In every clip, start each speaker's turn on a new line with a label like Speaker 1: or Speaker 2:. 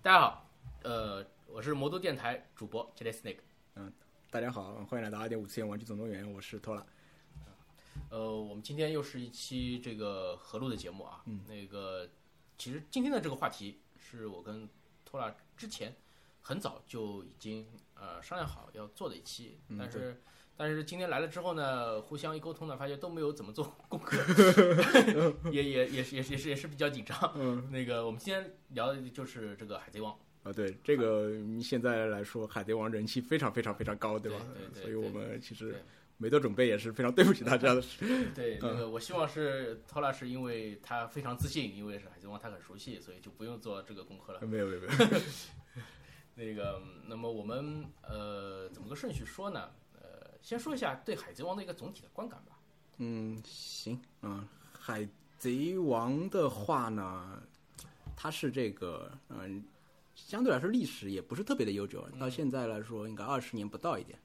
Speaker 1: 大家好，呃，我是魔都电台主播 Jelly Snake。
Speaker 2: 大家好，欢迎来到二点五次元玩具总动员，我是托拉。
Speaker 1: 呃，我们今天又是一期这个合录的节目啊。嗯。那个，其实今天的这个话题是我跟托拉之前很早就已经呃商量好要做的一期，
Speaker 2: 嗯
Speaker 1: 但是、但是今天来了之后呢，互相一沟通呢，发现都没有怎么做功 课，也也也是也是也是也是比较紧张。嗯。那个，我们今天聊的就是这个《海贼王》。
Speaker 2: 啊，对这个嗯现在来说，《海贼王》人气非常非常非常高，吧？
Speaker 1: 对对对
Speaker 2: 所以我们其实
Speaker 1: 对
Speaker 2: 没做准备也是非常对不起大家的。
Speaker 1: 对，
Speaker 2: 嗯
Speaker 1: 那个我希望是托拉是因为他非常自信，因为是海贼王他很熟悉，所以就不用做这个功课了。
Speaker 2: 没有没有没有，
Speaker 1: 那个，嗯那么我们呃怎么个顺序说呢？呃，先说一下对海贼王的一个总体的观感吧。
Speaker 2: 嗯，行，嗯，《海贼王》的话呢，它是这个，嗯，相对来说历史也不是特别的悠久，到现在来说应该二十年不到一点。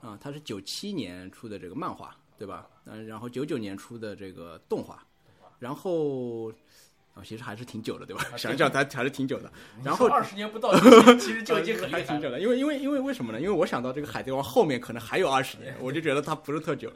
Speaker 2: 啊、它是九七年出的这个漫画，对吧？嗯，然后九九年出的这个动画，然后。啊、其实还是挺久的，对吧？想一想，它还是挺久的。然后
Speaker 1: 二十年不到，其实就已经很
Speaker 2: 还
Speaker 1: 厉害
Speaker 2: 挺
Speaker 1: 了。
Speaker 2: 久的，因为因为因为为什么呢？因为我想到这个《海贼王》后面可能还有二十年，我就觉得它不是特久。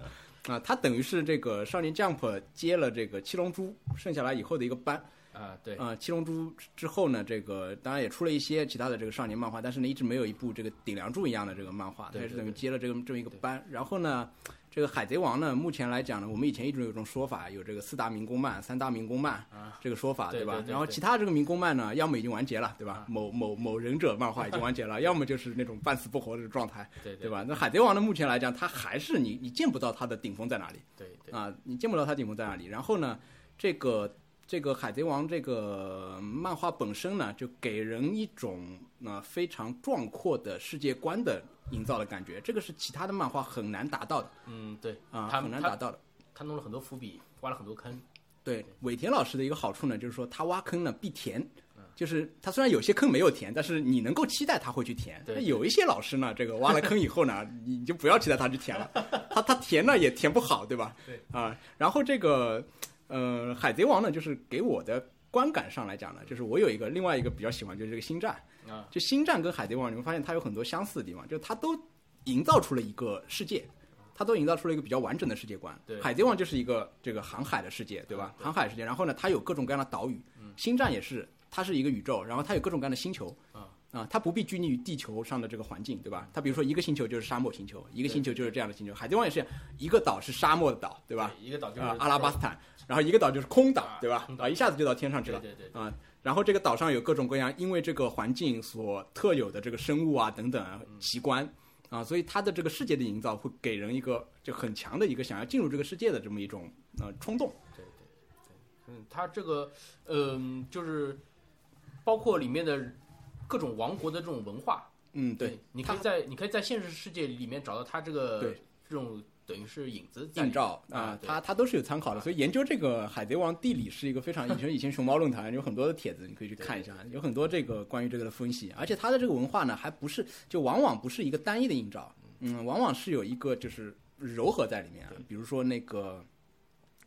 Speaker 2: 啊，它等于是这个少年 Jump 接了这个七龙珠剩下来以后的一个班
Speaker 1: 啊，对，
Speaker 2: 啊、七龙珠之后呢，这个当然也出了一些其他的这个少年漫画，但是呢，一直没有一部这个顶梁柱一样的这个漫画，它
Speaker 1: 对
Speaker 2: 也
Speaker 1: 对
Speaker 2: 是等于接了这个这么一个班。然后呢，这个海贼王呢，目前来讲呢，我们以前一直有一种说法，有这个四大民工漫、三大民工漫、这个说法，
Speaker 1: 啊对
Speaker 2: 吧
Speaker 1: 对？对
Speaker 2: 然后
Speaker 1: 对
Speaker 2: 其他这个民工漫呢，要么已经完结了，对吧
Speaker 1: 啊？
Speaker 2: 某某某忍者漫画已经完结 了，要么就是那种半死不活的状态，
Speaker 1: 对
Speaker 2: 对吧？那海贼王呢，目前来讲，它还是你你见不到它的顶峰在哪里。
Speaker 1: 对对，
Speaker 2: 啊，你见不到它顶峰在哪里。然后呢，这个这个《海贼王》这个漫画本身呢，就给人一种呃非常壮阔的世界观的营造的感觉，这个是其他的漫画很难达到的
Speaker 1: 嗯，对，
Speaker 2: 啊，
Speaker 1: 他
Speaker 2: 很难达
Speaker 1: 他
Speaker 2: 到的。
Speaker 1: 他弄了很多伏笔，挖了很多坑。
Speaker 2: 对，尾田老师的一个好处呢，就是说他挖坑呢必填。就是他虽然有些坑没有填，但是你能够期待他会去填。
Speaker 1: 对
Speaker 2: 那有一些老师呢，这个挖了坑以后呢， 你你就不要期待他去填了，他他填呢也填不好，对吧？
Speaker 1: 对
Speaker 2: 啊、然后这个呃，海贼王呢，就是给我的观感上来讲呢，就是我有一个另外一个比较喜欢，就是这个星战
Speaker 1: 啊，
Speaker 2: 就星战跟海贼王，你会发现它有很多相似的地方，就是它都营造出了一个世界，它都营造出了一个比较完整的世界观。
Speaker 1: 对
Speaker 2: 海贼王就是一个这个航海的世界，对
Speaker 1: 嗯
Speaker 2: 吧？航海世界，然后呢，它有各种各样的岛屿。星战也是，它是一个宇宙，然后它有各种各样的星球。
Speaker 1: 啊
Speaker 2: 啊，它不必拘泥于地球上的这个环境，对吧？
Speaker 1: 嗯
Speaker 2: 它比如说一个星球就是沙漠星球，一个星球就是这样的星球。海贼王也是一个岛是沙漠的岛，对吧？
Speaker 1: 对？一个岛就是
Speaker 2: 啊，阿拉巴斯坦，然后一个岛就是空岛
Speaker 1: 啊，
Speaker 2: 对吧
Speaker 1: 空？岛
Speaker 2: 啊，一下子就到天上去
Speaker 1: 对
Speaker 2: 了。
Speaker 1: 对对，
Speaker 2: 啊、然后这个岛上有各种各样因为这个环境所特有的这个生物啊等等啊
Speaker 1: 嗯
Speaker 2: 奇观啊、所以它的这个世界的营造会给人一个就很强的一个想要进入这个世界的这么一种呃冲动。
Speaker 1: 嗯，它这个，嗯，就是包括里面的各种王国的这种文化，
Speaker 2: 嗯，对，，
Speaker 1: 你可以在你可以在现实世界里面找到它这个
Speaker 2: 对
Speaker 1: 这种等于是影子在里
Speaker 2: 映
Speaker 1: 面
Speaker 2: 照啊
Speaker 1: 啊，对
Speaker 2: 它它都是有参考的。所以研究这个《海贼王》地理是一个非常 以前以前熊猫论坛有很多的帖子，你可以去看一下，有很多这个关于这个的分析。而且它的这个文化呢，还不是就往往不是一个单一的映照，嗯，往往是有一个就是柔和在里面啊。比如说那个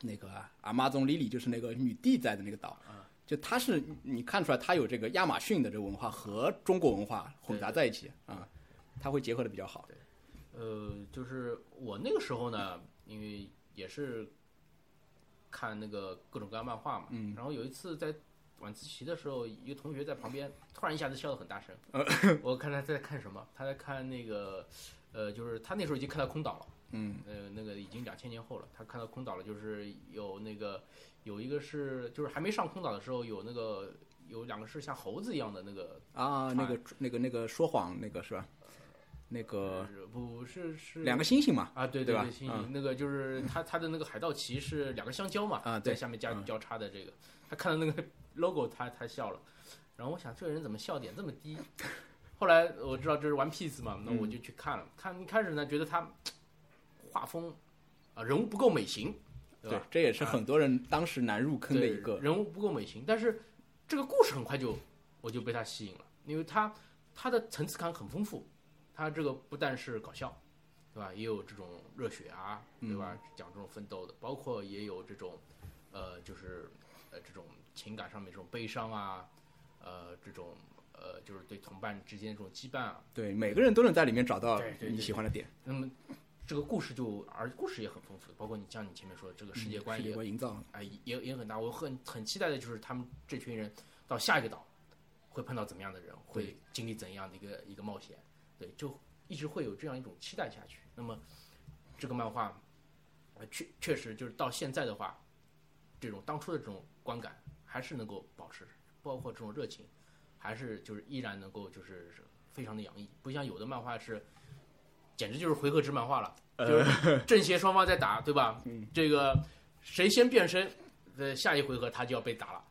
Speaker 2: 那个阿玛宗里里，就是那个女帝在的那个岛。
Speaker 1: 啊
Speaker 2: 就它是你看出来，它有这个亚马逊的这个文化和中国文化混杂在一起啊，它会结合的比较好。
Speaker 1: 呃，就是我那个时候呢，因为也是看那个各种各样漫画嘛，嗯，然后有一次在晚自习的时候，一个同学在旁边突然一下子笑得很大声，
Speaker 2: 呃
Speaker 1: 我看他在看什么，他在看那个，呃，就是他那时候已经看到空岛了，嗯，呃，那个已经两千年后了，他看到空岛了，就是有那个有一个是就是还没上空岛的时候有那个。有两个是像猴子一样的那个，
Speaker 2: 啊，那个那个那个说谎那个是吧？那个
Speaker 1: 是不是是
Speaker 2: 呃两个星星嘛，
Speaker 1: 啊，对
Speaker 2: 对吧嗯
Speaker 1: 对，星星那个就是他他的那个海盗旗是两个香蕉嘛，
Speaker 2: 啊对
Speaker 1: 在下面加交叉的这个，他看到那个 logo，他他笑了，然后我想这个人怎么笑点这么低？后来我知道这是 One Piece 嘛，那
Speaker 2: 嗯
Speaker 1: 我就去看了，看一开始呢觉得他画风啊人物不够美型，对
Speaker 2: 对
Speaker 1: 吧？，啊
Speaker 2: 这也是很多人当时难入坑的一
Speaker 1: 对
Speaker 2: 个。
Speaker 1: 人物不够美型，但是这个故事很快就我就被他吸引了，因为他他的层次感很丰富，他这个不但是搞笑，对吧？也有这种热血啊，对吧？
Speaker 2: 嗯
Speaker 1: 讲这种奋斗的，包括也有这种呃，就是呃这种情感上面这种悲伤啊，呃这种呃，就是对同伴之间这种羁绊啊。
Speaker 2: 对，每个人都能在里面找到
Speaker 1: 对对对
Speaker 2: 你喜欢的点，
Speaker 1: 那么这个故事就，而故事也很丰富，包括你像你前面说的这个世界观
Speaker 2: 嗯世
Speaker 1: 也
Speaker 2: 界观 营造。
Speaker 1: 哎，也也很大。我很很期待的就是他们这群人到下一个岛会碰到怎么样的人，会经历怎样的一个一个冒险，对，就一直会有这样一种期待下去。那么这个漫画，呃确确实就是到现在的话，这种当初的这种观感还是能够保持，包括这种热情，还是就是依然能够就是非常的洋溢，不像有的漫画是。简直就是回合制漫画了，就是正邪双方在打，对吧？嗯，这个谁先变身，呃，下一回合他就要被打了，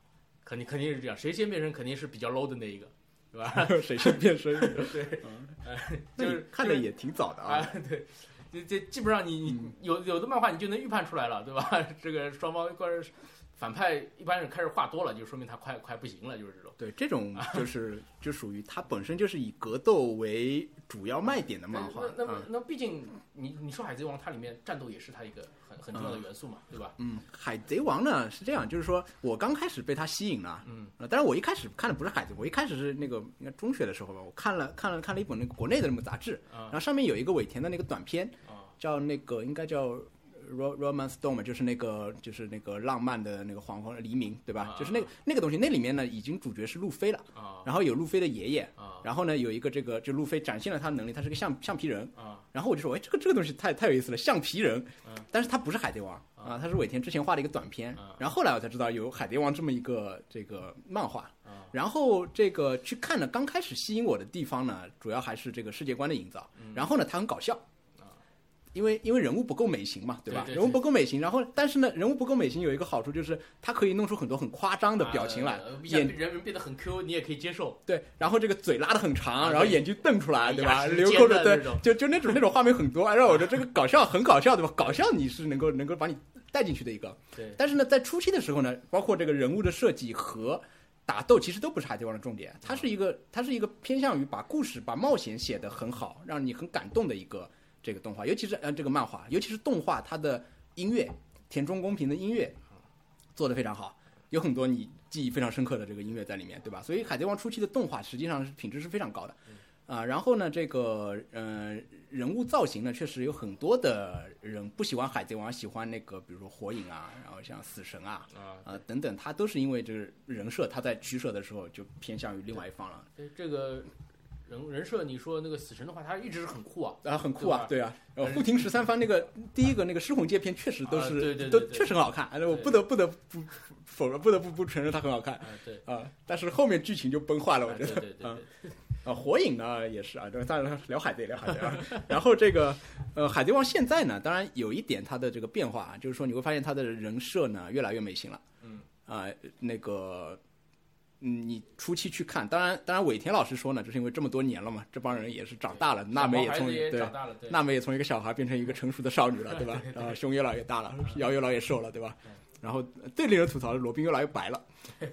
Speaker 1: 肯定肯定是这样。谁先变身肯定是比较 low 的那一个，对吧？
Speaker 2: 谁先变身？ 嗯
Speaker 1: 哎就
Speaker 2: 那你
Speaker 1: 是
Speaker 2: 看的也挺早的
Speaker 1: 啊
Speaker 2: 啊。， 嗯
Speaker 1: 对，这这基本上你你有有的漫画你就能预判出来了，对吧？ 这个双方关是反派一般人开始话多了，就说明他快快不行了，就是这种。
Speaker 2: 对，这种
Speaker 1: 啊
Speaker 2: 就是就属于它本身就是以格斗为主要卖点的漫画。
Speaker 1: 那那
Speaker 2: 嗯
Speaker 1: 那毕竟你你说海贼王它里面战斗也是它一个很很重要的元素嘛，对吧？
Speaker 2: 嗯，海贼王呢是这样，就是说我刚开始被它吸引了，
Speaker 1: 嗯
Speaker 2: 呃，但是我一开始看的不是海贼，我一开始是那个应该中学的时候吧，我看了看了看了一本那个国内的那本杂志，
Speaker 1: 啊
Speaker 2: 然后上面有一个尾田的那个短片，
Speaker 1: 啊
Speaker 2: 叫那个应该叫 Ro- Romance Storm，就是那个就是那个浪漫的那个黄昏黎明，对吧
Speaker 1: 啊？
Speaker 2: 就是那个那个东西，那里面呢已经主角是路飞了，
Speaker 1: 啊
Speaker 2: 然后有路飞的爷爷，
Speaker 1: 啊
Speaker 2: 然后呢有一个这个就路飞展现了他的能力，他是个橡橡皮人，
Speaker 1: 啊
Speaker 2: 然后我就说，哎，这个这个东西太太有意思了，橡皮人
Speaker 1: 嗯，
Speaker 2: 但是他不是海贼王啊，他是尾田之前画的一个短片
Speaker 1: 嗯，
Speaker 2: 然后后来我才知道有海贼王这么一个这个漫画
Speaker 1: 嗯，
Speaker 2: 然后这个去看呢，刚开始吸引我的地方呢，主要还是这个世界观的营造，
Speaker 1: 嗯
Speaker 2: 然后呢，它很搞笑。因为因为人物不够美型嘛，嗯对吧？
Speaker 1: 对对对
Speaker 2: 人物不够美型，然后但是呢，人物不够美型有一个好处就是它可以弄出很多很夸张的表情来，
Speaker 1: 呃一下
Speaker 2: 眼
Speaker 1: 人人变得很 Q，你也可以接受。
Speaker 2: 对，然后这个嘴拉得很长，
Speaker 1: 啊
Speaker 2: 然后
Speaker 1: 对
Speaker 2: 眼睛瞪出来，对吧？
Speaker 1: 牙齿
Speaker 2: 流
Speaker 1: 尖
Speaker 2: 口
Speaker 1: 的
Speaker 2: 水，对
Speaker 1: 那种，
Speaker 2: 就就那种那种画面很多，哎让我觉得这个搞笑很搞笑，对吧？搞笑你是能够能够把你带进去的一个，
Speaker 1: 对
Speaker 2: 但是呢，在初期的时候呢，包括这个人物的设计和打斗，其实都不是海贼王的重点，它是一个它是一个偏向于把故事、把冒险写得很好，让你很感动的一个这个动画，尤其是呃这个漫画，尤其是动画，它的音乐田中公平的音乐做得非常好，有很多你记忆非常深刻的这个音乐在里面，对吧？所以海贼王初期的动画实际上是品质是非常高的。啊、然后呢，这个呃人物造型呢，确实有很多的人不喜欢海贼王，喜欢那个比如说火影啊，然后像死神啊
Speaker 1: 啊，
Speaker 2: 啊、等等，他都是因为这个人设，他在取舍的时候就偏向于另外一方了。
Speaker 1: 对这个人人设，你说那个死神的话，他一直是很酷啊，
Speaker 2: 啊，很酷啊，对啊，然后《护庭十三番》那个第一个那个狮红界篇确实都
Speaker 1: 啊
Speaker 2: 是，
Speaker 1: 对对对
Speaker 2: 都
Speaker 1: 对
Speaker 2: 确实很好看，哎我不得不得不否认，不得不不承认它很好看
Speaker 1: 啊，对，
Speaker 2: 啊，但是后面剧情就崩坏了，我
Speaker 1: 啊
Speaker 2: 觉
Speaker 1: 对。
Speaker 2: 得
Speaker 1: 对对对，
Speaker 2: 啊，火影呢也是啊，这当然聊海贼聊海贼啊。 然后这个呃，海贼王现在呢，当然有一点它的这个变化啊，就是说你会发现它的人设呢越来越美型了。
Speaker 1: 嗯
Speaker 2: 啊、那个嗯你初期去看，当然当然，尾田老师说呢，就是因为这么多年了嘛，这帮人也是长大了，娜美
Speaker 1: 小毛孩
Speaker 2: 从
Speaker 1: 子也
Speaker 2: 对
Speaker 1: 长大了，对，
Speaker 2: 娜美也从一个小孩变成一个成熟的少女了，对吧？然后胸越来越大了，腰越来越瘦了，对吧？然后呃最令人吐槽的是罗宾越来越白了，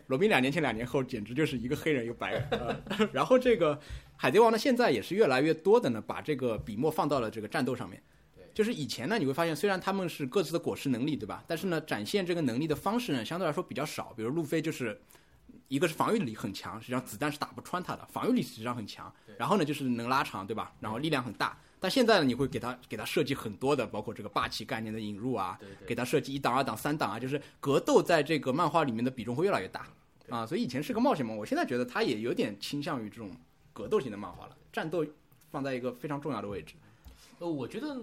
Speaker 2: 罗宾两年前两年后简直就是一个黑人一个白人。呃然后这个海贼王呢，现在也是越来越多的呢，把这个笔墨放到了这个战斗上面
Speaker 1: 对。
Speaker 2: 就是以前呢，你会发现虽然他们是各自的果实能力，对吧？但是呢，展现这个能力的方式呢，相对来说比较少。比如路飞就是一个是防御力很强，实际上子弹是打不穿他的，防御力实际上很强
Speaker 1: 对。
Speaker 2: 然后呢，就是能拉长，对吧？然后力量很大。但现在呢，你会给他给他设计很多的，包括这个霸气概念的引入啊，
Speaker 1: 对对
Speaker 2: 给他设计一档、二档、三档啊，就是格斗在这个漫画里面的比重会越来越大
Speaker 1: 对
Speaker 2: 啊。所以以前是个冒险梦，我现在觉得他也有点倾向于这种格斗型的漫画了，战斗放在一个非常重要的位置。
Speaker 1: 呃，我觉得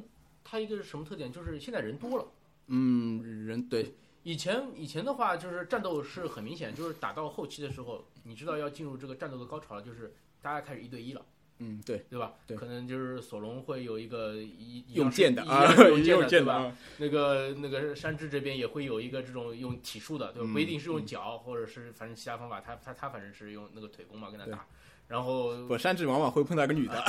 Speaker 1: 他一个什么特点，就是现在人多了。
Speaker 2: 嗯，人对
Speaker 1: 以前以前的话，就是战斗是很明显，就是打到后期的时候，你知道要进入这个战斗的高潮了，就是大家开始一对一了，
Speaker 2: 嗯对，
Speaker 1: 对吧？
Speaker 2: 对
Speaker 1: 可能就是索隆会有一个一一
Speaker 2: 用
Speaker 1: 样是
Speaker 2: 剑的
Speaker 1: 一
Speaker 2: 啊
Speaker 1: 样，是用
Speaker 2: 用
Speaker 1: 剑的，对
Speaker 2: 剑的
Speaker 1: 吧？
Speaker 2: 啊，
Speaker 1: 那个那个山治这边也会有一个这种用体术的，对吧？
Speaker 2: 嗯
Speaker 1: 不一定是用脚，或者是反正其他方法，他他他反正是用那个腿功嘛跟他
Speaker 2: 对
Speaker 1: 打，然后
Speaker 2: 不，山治往往会碰到一个女的，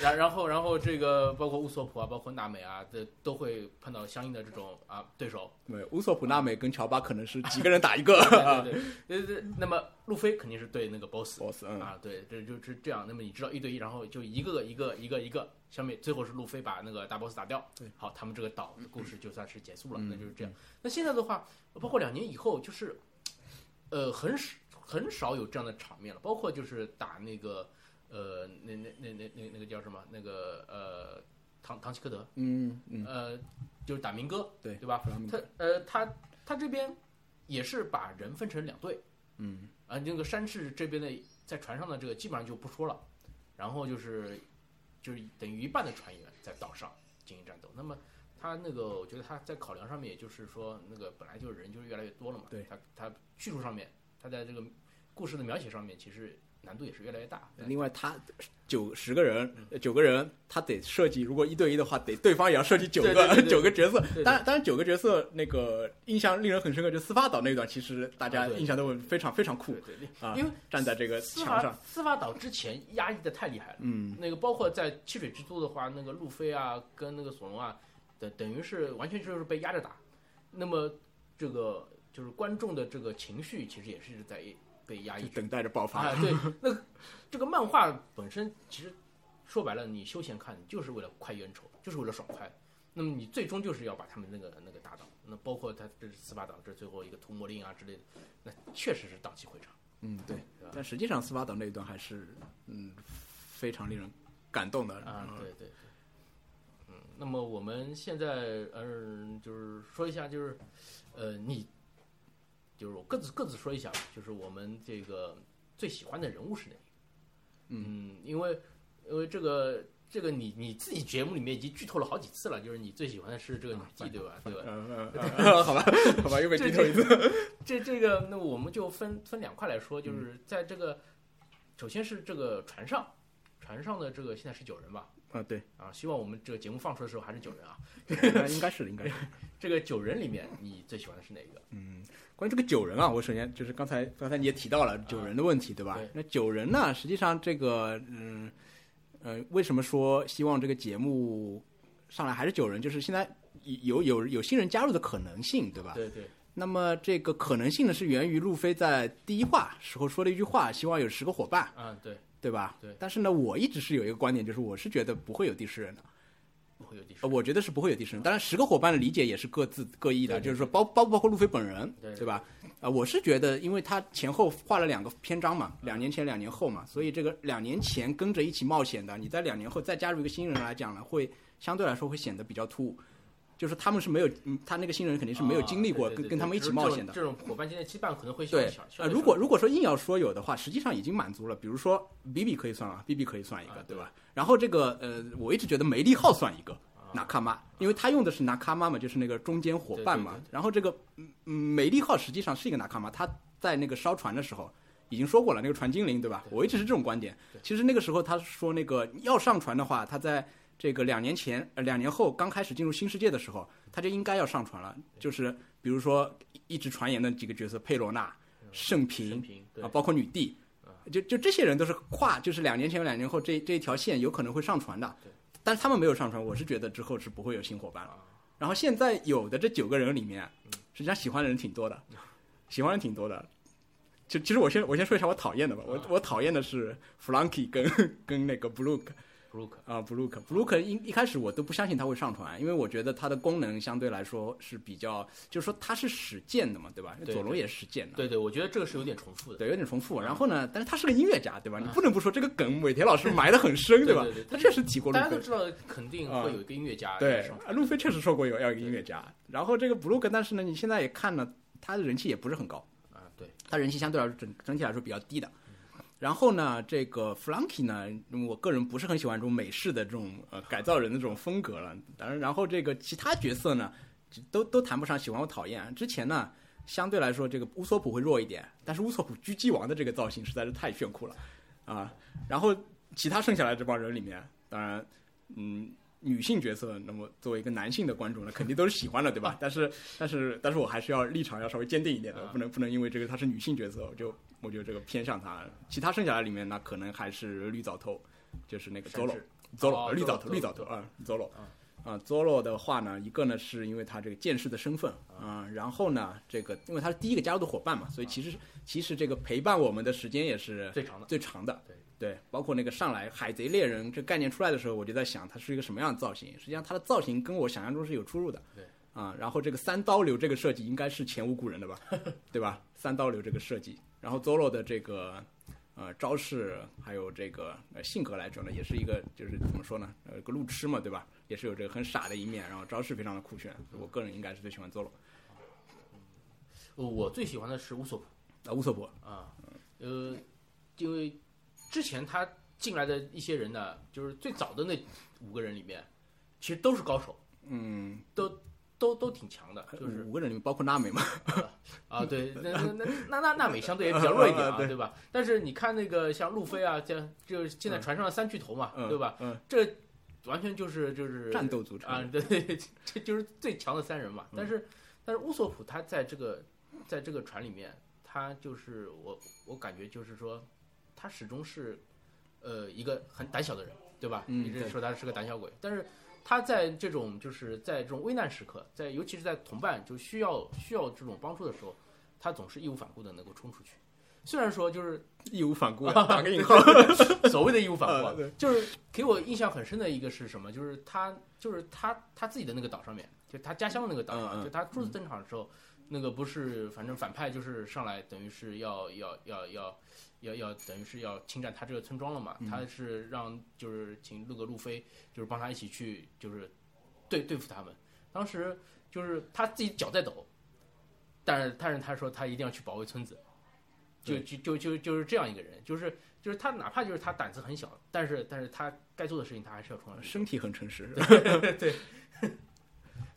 Speaker 1: 然然后然后这个包括乌索普啊，包括娜美啊，这都会碰到相应的这种啊对手，
Speaker 2: 对，乌索普娜美跟乔巴可能是几个人打一个
Speaker 1: 对对对对对，那么路飞肯定是对那个 BOSS。
Speaker 2: boss，嗯，
Speaker 1: 啊，对，这就是这样。那么你知道一对一，然后就一个个一个一个一个消灭，最后是路飞把那个大 boss 打掉。
Speaker 2: 对，
Speaker 1: 好，他们这个岛的故事就算是结束了，
Speaker 2: 嗯
Speaker 1: 那就是这样。那现在的话，包括两年以后，就是呃，很少很少有这样的场面了，包括就是打那个呃那那那那那那个叫什么那个呃唐唐吉诃德，
Speaker 2: 嗯嗯，
Speaker 1: 呃就是打民歌，
Speaker 2: 对
Speaker 1: 对吧？
Speaker 2: 弗拉明
Speaker 1: 他
Speaker 2: 戈，
Speaker 1: 呃，他他这边也是把人分成两队
Speaker 2: 嗯
Speaker 1: 啊、那个山市这边的在船上的这个基本上就不说了，然后就是就是等于一半的船员在岛上进行战斗。那么他那个，我觉得他在考量上面，也就是说那个本来就是人就是越来越多了嘛，
Speaker 2: 对
Speaker 1: 他他叙述上面，他在这个故事的描写上面，其实难度也是越来越大。
Speaker 2: 另外他九十个人，
Speaker 1: 嗯
Speaker 2: 呃九个人，他得设计，如果一对一的话，得对方也要设计九
Speaker 1: 对对
Speaker 2: 个
Speaker 1: 对对
Speaker 2: 九个角色
Speaker 1: 对。
Speaker 2: 当然，当然九个角色那个印象令人很深刻，就司法岛那段，其实大
Speaker 1: 啊
Speaker 2: 家
Speaker 1: 对
Speaker 2: 印象都非常非常酷
Speaker 1: 对对对，
Speaker 2: 啊，
Speaker 1: 因为
Speaker 2: 站在这个
Speaker 1: 司
Speaker 2: 墙
Speaker 1: 法
Speaker 2: 上，
Speaker 1: 司法岛之前压抑的太厉害了。
Speaker 2: 嗯，
Speaker 1: 那个包括在汽水之都的话，那个路飞啊跟那个索隆啊，等等于是完全就是被压着打。那么这个就是观众的这个情绪其实也是在被压抑
Speaker 2: 就
Speaker 1: 住。
Speaker 2: 等待着爆发
Speaker 1: 啊，。对，那个这个漫画本身其实说白了，你休闲看，你就是为了快意恩仇，就是为了爽快。那么你最终就是要把他们那个那个打倒，那包括他这是斯巴岛这最后一个屠魔令啊之类的，那确实是荡气回肠。
Speaker 2: 嗯，对
Speaker 1: 对吧。
Speaker 2: 但实际上，斯巴岛那一段还是嗯非常令人感动的
Speaker 1: 啊，对对对，嗯，那么我们现在嗯、就是说一下，就是呃，你就是我各自各自说一下吧，就是我们这个最喜欢的人物是哪一个？嗯，因为因为这个这个你你自己节目里面已经剧透了好几次了，就是你最喜欢的是这个女帝对吧？对吧？
Speaker 2: 呃，呃呃好吧， 好吧，又被
Speaker 1: 这
Speaker 2: 剧透一次。
Speaker 1: 这这个，那我们就分分两块来说，就是在这个，首先是这个船上，船上的这个现在是九人吧？
Speaker 2: 啊， 对，
Speaker 1: 啊，希望我们这个节目放出的时候还是九人啊。
Speaker 2: 应该是应该是。
Speaker 1: 这个九人里面，你最喜欢的是哪个？
Speaker 2: 关于这个九人啊，我首先就是刚才刚才你也提到了九人的问题，对吧
Speaker 1: 啊对？
Speaker 2: 那九人呢，实际上这个嗯呃，为什么说希望这个节目上来还是九人？就是现在有有有新人加入的可能性，对吧？
Speaker 1: 对对
Speaker 2: 那么这个可能性呢，是源于路飞在第一话时候说的一句话，希望有十个伙伴，
Speaker 1: 啊，对，
Speaker 2: 对吧？
Speaker 1: 对
Speaker 2: 但是呢，我一直是有一个观点，就是我是觉得不会有第十人的。
Speaker 1: 不会有第十
Speaker 2: 呃，。我觉得是不会有第十人。当然，十个伙伴的理解也是各自各异的，
Speaker 1: 对对
Speaker 2: 就是说包包不包括路飞本人，
Speaker 1: 对对
Speaker 2: 吧？呃，我是觉得，因为他前后画了两个篇章嘛，两年前、两年后嘛，所以这个两年前跟着一起冒险的，你在两年后再加入一个新人来讲呢，会相对来说会显得比较突兀。就是他们是没有，嗯他那个新人肯定是没有经历过
Speaker 1: 啊对对
Speaker 2: 跟
Speaker 1: 对
Speaker 2: 跟他们一起冒险的
Speaker 1: 这。种这种伙伴间的羁绊可能会小
Speaker 2: 对
Speaker 1: 小，小
Speaker 2: 呃，如果如果说硬要说有的话，实际上已经满足了。比如说 B B 可以算啊，B B 可以算一个
Speaker 1: 啊，
Speaker 2: 对吧？然后这个呃，我一直觉得梅利号算一个
Speaker 1: 啊
Speaker 2: 纳卡妈，因为他用的是纳卡妈嘛，就是那个中间伙伴
Speaker 1: 对
Speaker 2: 嘛
Speaker 1: 对对。
Speaker 2: 然后这个嗯嗯梅利号实际上是一个纳卡妈，他在那个烧船的时候。已经说过了，那个船精灵，对吧？
Speaker 1: 对
Speaker 2: 我一直是这种观点。其实那个时候他说那个要上船的话，他在这个两年前、呃两年后刚开始进入新世界的时候，他就应该要上船了。就是比如说一直传言的几个角色，佩罗娜、盛
Speaker 1: 平
Speaker 2: 平
Speaker 1: 平对
Speaker 2: 啊，包括女帝，就就这些人都是跨，就是两年前、两年后这这一条线有可能会上船的
Speaker 1: 对，
Speaker 2: 但是他们没有上船，我是觉得之后是不会有新伙伴了
Speaker 1: 啊。嗯
Speaker 2: 然后现在有的这九个人里面，实际上喜欢的人挺多的， 喜欢的人挺多的。就其实我先我先说一下我讨厌的吧，我
Speaker 1: 啊
Speaker 2: 我讨厌的是 Flanky 跟跟那个 Brook，
Speaker 1: Brook
Speaker 2: 啊，Brook Brook 一一开始我都不相信它会上传，因为我觉得它的功能相对来说是比较，就是说它是使剑的嘛，对吧？因为
Speaker 1: 对
Speaker 2: 佐罗
Speaker 1: 对
Speaker 2: 也是使剑的，
Speaker 1: 对对，我觉得这个是有点重复的。
Speaker 2: 对，有点重
Speaker 1: 嗯
Speaker 2: 复。然后呢，但是他是个音乐家，对吧？你
Speaker 1: 啊
Speaker 2: 不能不说这个梗，尾田老师埋得很深，
Speaker 1: 对
Speaker 2: 吧
Speaker 1: 对对？
Speaker 2: 他确实提过路
Speaker 1: 大家都
Speaker 2: 飞，
Speaker 1: 知道，肯定会有一个音乐家
Speaker 2: 对
Speaker 1: 上，场
Speaker 2: 啊路飞确实说过有要一个音乐家。然后这个 Brook，但是呢，你现在也看了，他的人气也不是很高。
Speaker 1: 啊，对
Speaker 2: 它人气相对来说整整体来说比较低的。然后呢，这个 Flanky 呢，我个人不是很喜欢这种美式的这种呃改造人的这种风格了。当然，然后这个其他角色呢，就都都谈不上喜欢或讨厌。之前呢，相对来说这个乌索普会弱一点，但是乌索普狙击王的这个造型实在是太炫酷了啊。然后其他剩下来这帮人里面，当然，嗯，女性角色，那么作为一个男性的观众呢，肯定都是喜欢的，对吧？但是，但是，但是我还是要立场要稍微坚定一点的，
Speaker 1: 啊
Speaker 2: 不能不能因为这个她是女性角色，我就我就这个偏向她。其他剩下来里面，那可能还是绿藻头，就是那个 z
Speaker 1: 山
Speaker 2: o l o
Speaker 1: 治
Speaker 2: z o
Speaker 1: 哦
Speaker 2: l o 绿藻头，
Speaker 1: Zoro，
Speaker 2: 绿藻头啊 z o l o
Speaker 1: 嗯
Speaker 2: 啊 z o l o 的话呢，一个呢是因为他这个剑士的身份
Speaker 1: 嗯
Speaker 2: 啊，然后呢，这个因为他是第一个加入的伙伴嘛，所以其实其实这个陪伴我们的时间也是
Speaker 1: 最长的
Speaker 2: 最长的。
Speaker 1: 对
Speaker 2: 包括那个上来海贼猎人这概念出来的时候，我就在想它是一个什么样的造型。实际上它的造型跟我想象中是有出入的。
Speaker 1: 对
Speaker 2: 啊，然后这个三刀流这个设计应该是前无古人的吧，对吧？三刀流这个设计，然后 Zoro 的这个呃招式，还有这个呃性格来讲呢，也是一个就是怎么说呢，呃个路痴嘛，对吧？也是有这个很傻的一面，然后招式非常的酷炫。我个人应该是最喜欢 Zoro
Speaker 1: 呃我最喜欢的是乌索普
Speaker 2: 啊，乌索普
Speaker 1: 啊，呃，因为之前他进来的一些人呢，就是最早的那五个人里面，其实都是高手，嗯，都都都挺强的，就是
Speaker 2: 五个人里面包括娜美嘛，
Speaker 1: 啊，对， 那那那那那美相对也比较弱一点
Speaker 2: 啊
Speaker 1: 啊，
Speaker 2: 对
Speaker 1: 对吧？但是你看那个像路飞啊，像就是现在船上的三巨头嘛，
Speaker 2: 嗯
Speaker 1: 对吧？
Speaker 2: 嗯
Speaker 1: 这完全就是就是
Speaker 2: 战斗组成嗯
Speaker 1: 啊，对， 这就是最强的三人嘛。但是但是乌索普他在这个在这个船里面，他就是我我感觉就是说，他始终是呃一个很胆小的人，对吧？
Speaker 2: 嗯
Speaker 1: 你这
Speaker 2: 对
Speaker 1: 说他是个胆小鬼，但是。他在这种就是在这种危难时刻，在尤其是在同伴就需要需要这种帮助的时候，他总是义无反顾的能够冲出去。虽然说就是
Speaker 2: 义无 反顾，打个引号。
Speaker 1: 所谓的义无反顾啊
Speaker 2: 呃对，
Speaker 1: 就是给我印象很深的一个是什么？就是他，就是他他自己的那个岛上面，就他家乡的那个岛
Speaker 2: 嗯嗯
Speaker 1: 上，就他初次登场的时候，那个不是反正反派就是上来，等于是要要要要要要等于是要侵占他这个村庄了嘛？
Speaker 2: 嗯
Speaker 1: 他是让就是请那个路飞，就是帮他一起去就是对对付他们。当时就是他自己脚在抖，但是但是他说他一定要去保卫村子，就
Speaker 2: 对
Speaker 1: 就就就就是这样一个人，就是就是他哪怕就是他胆子很小，但是但是他该做的事情他还是要冲上去。
Speaker 2: 身体很诚实，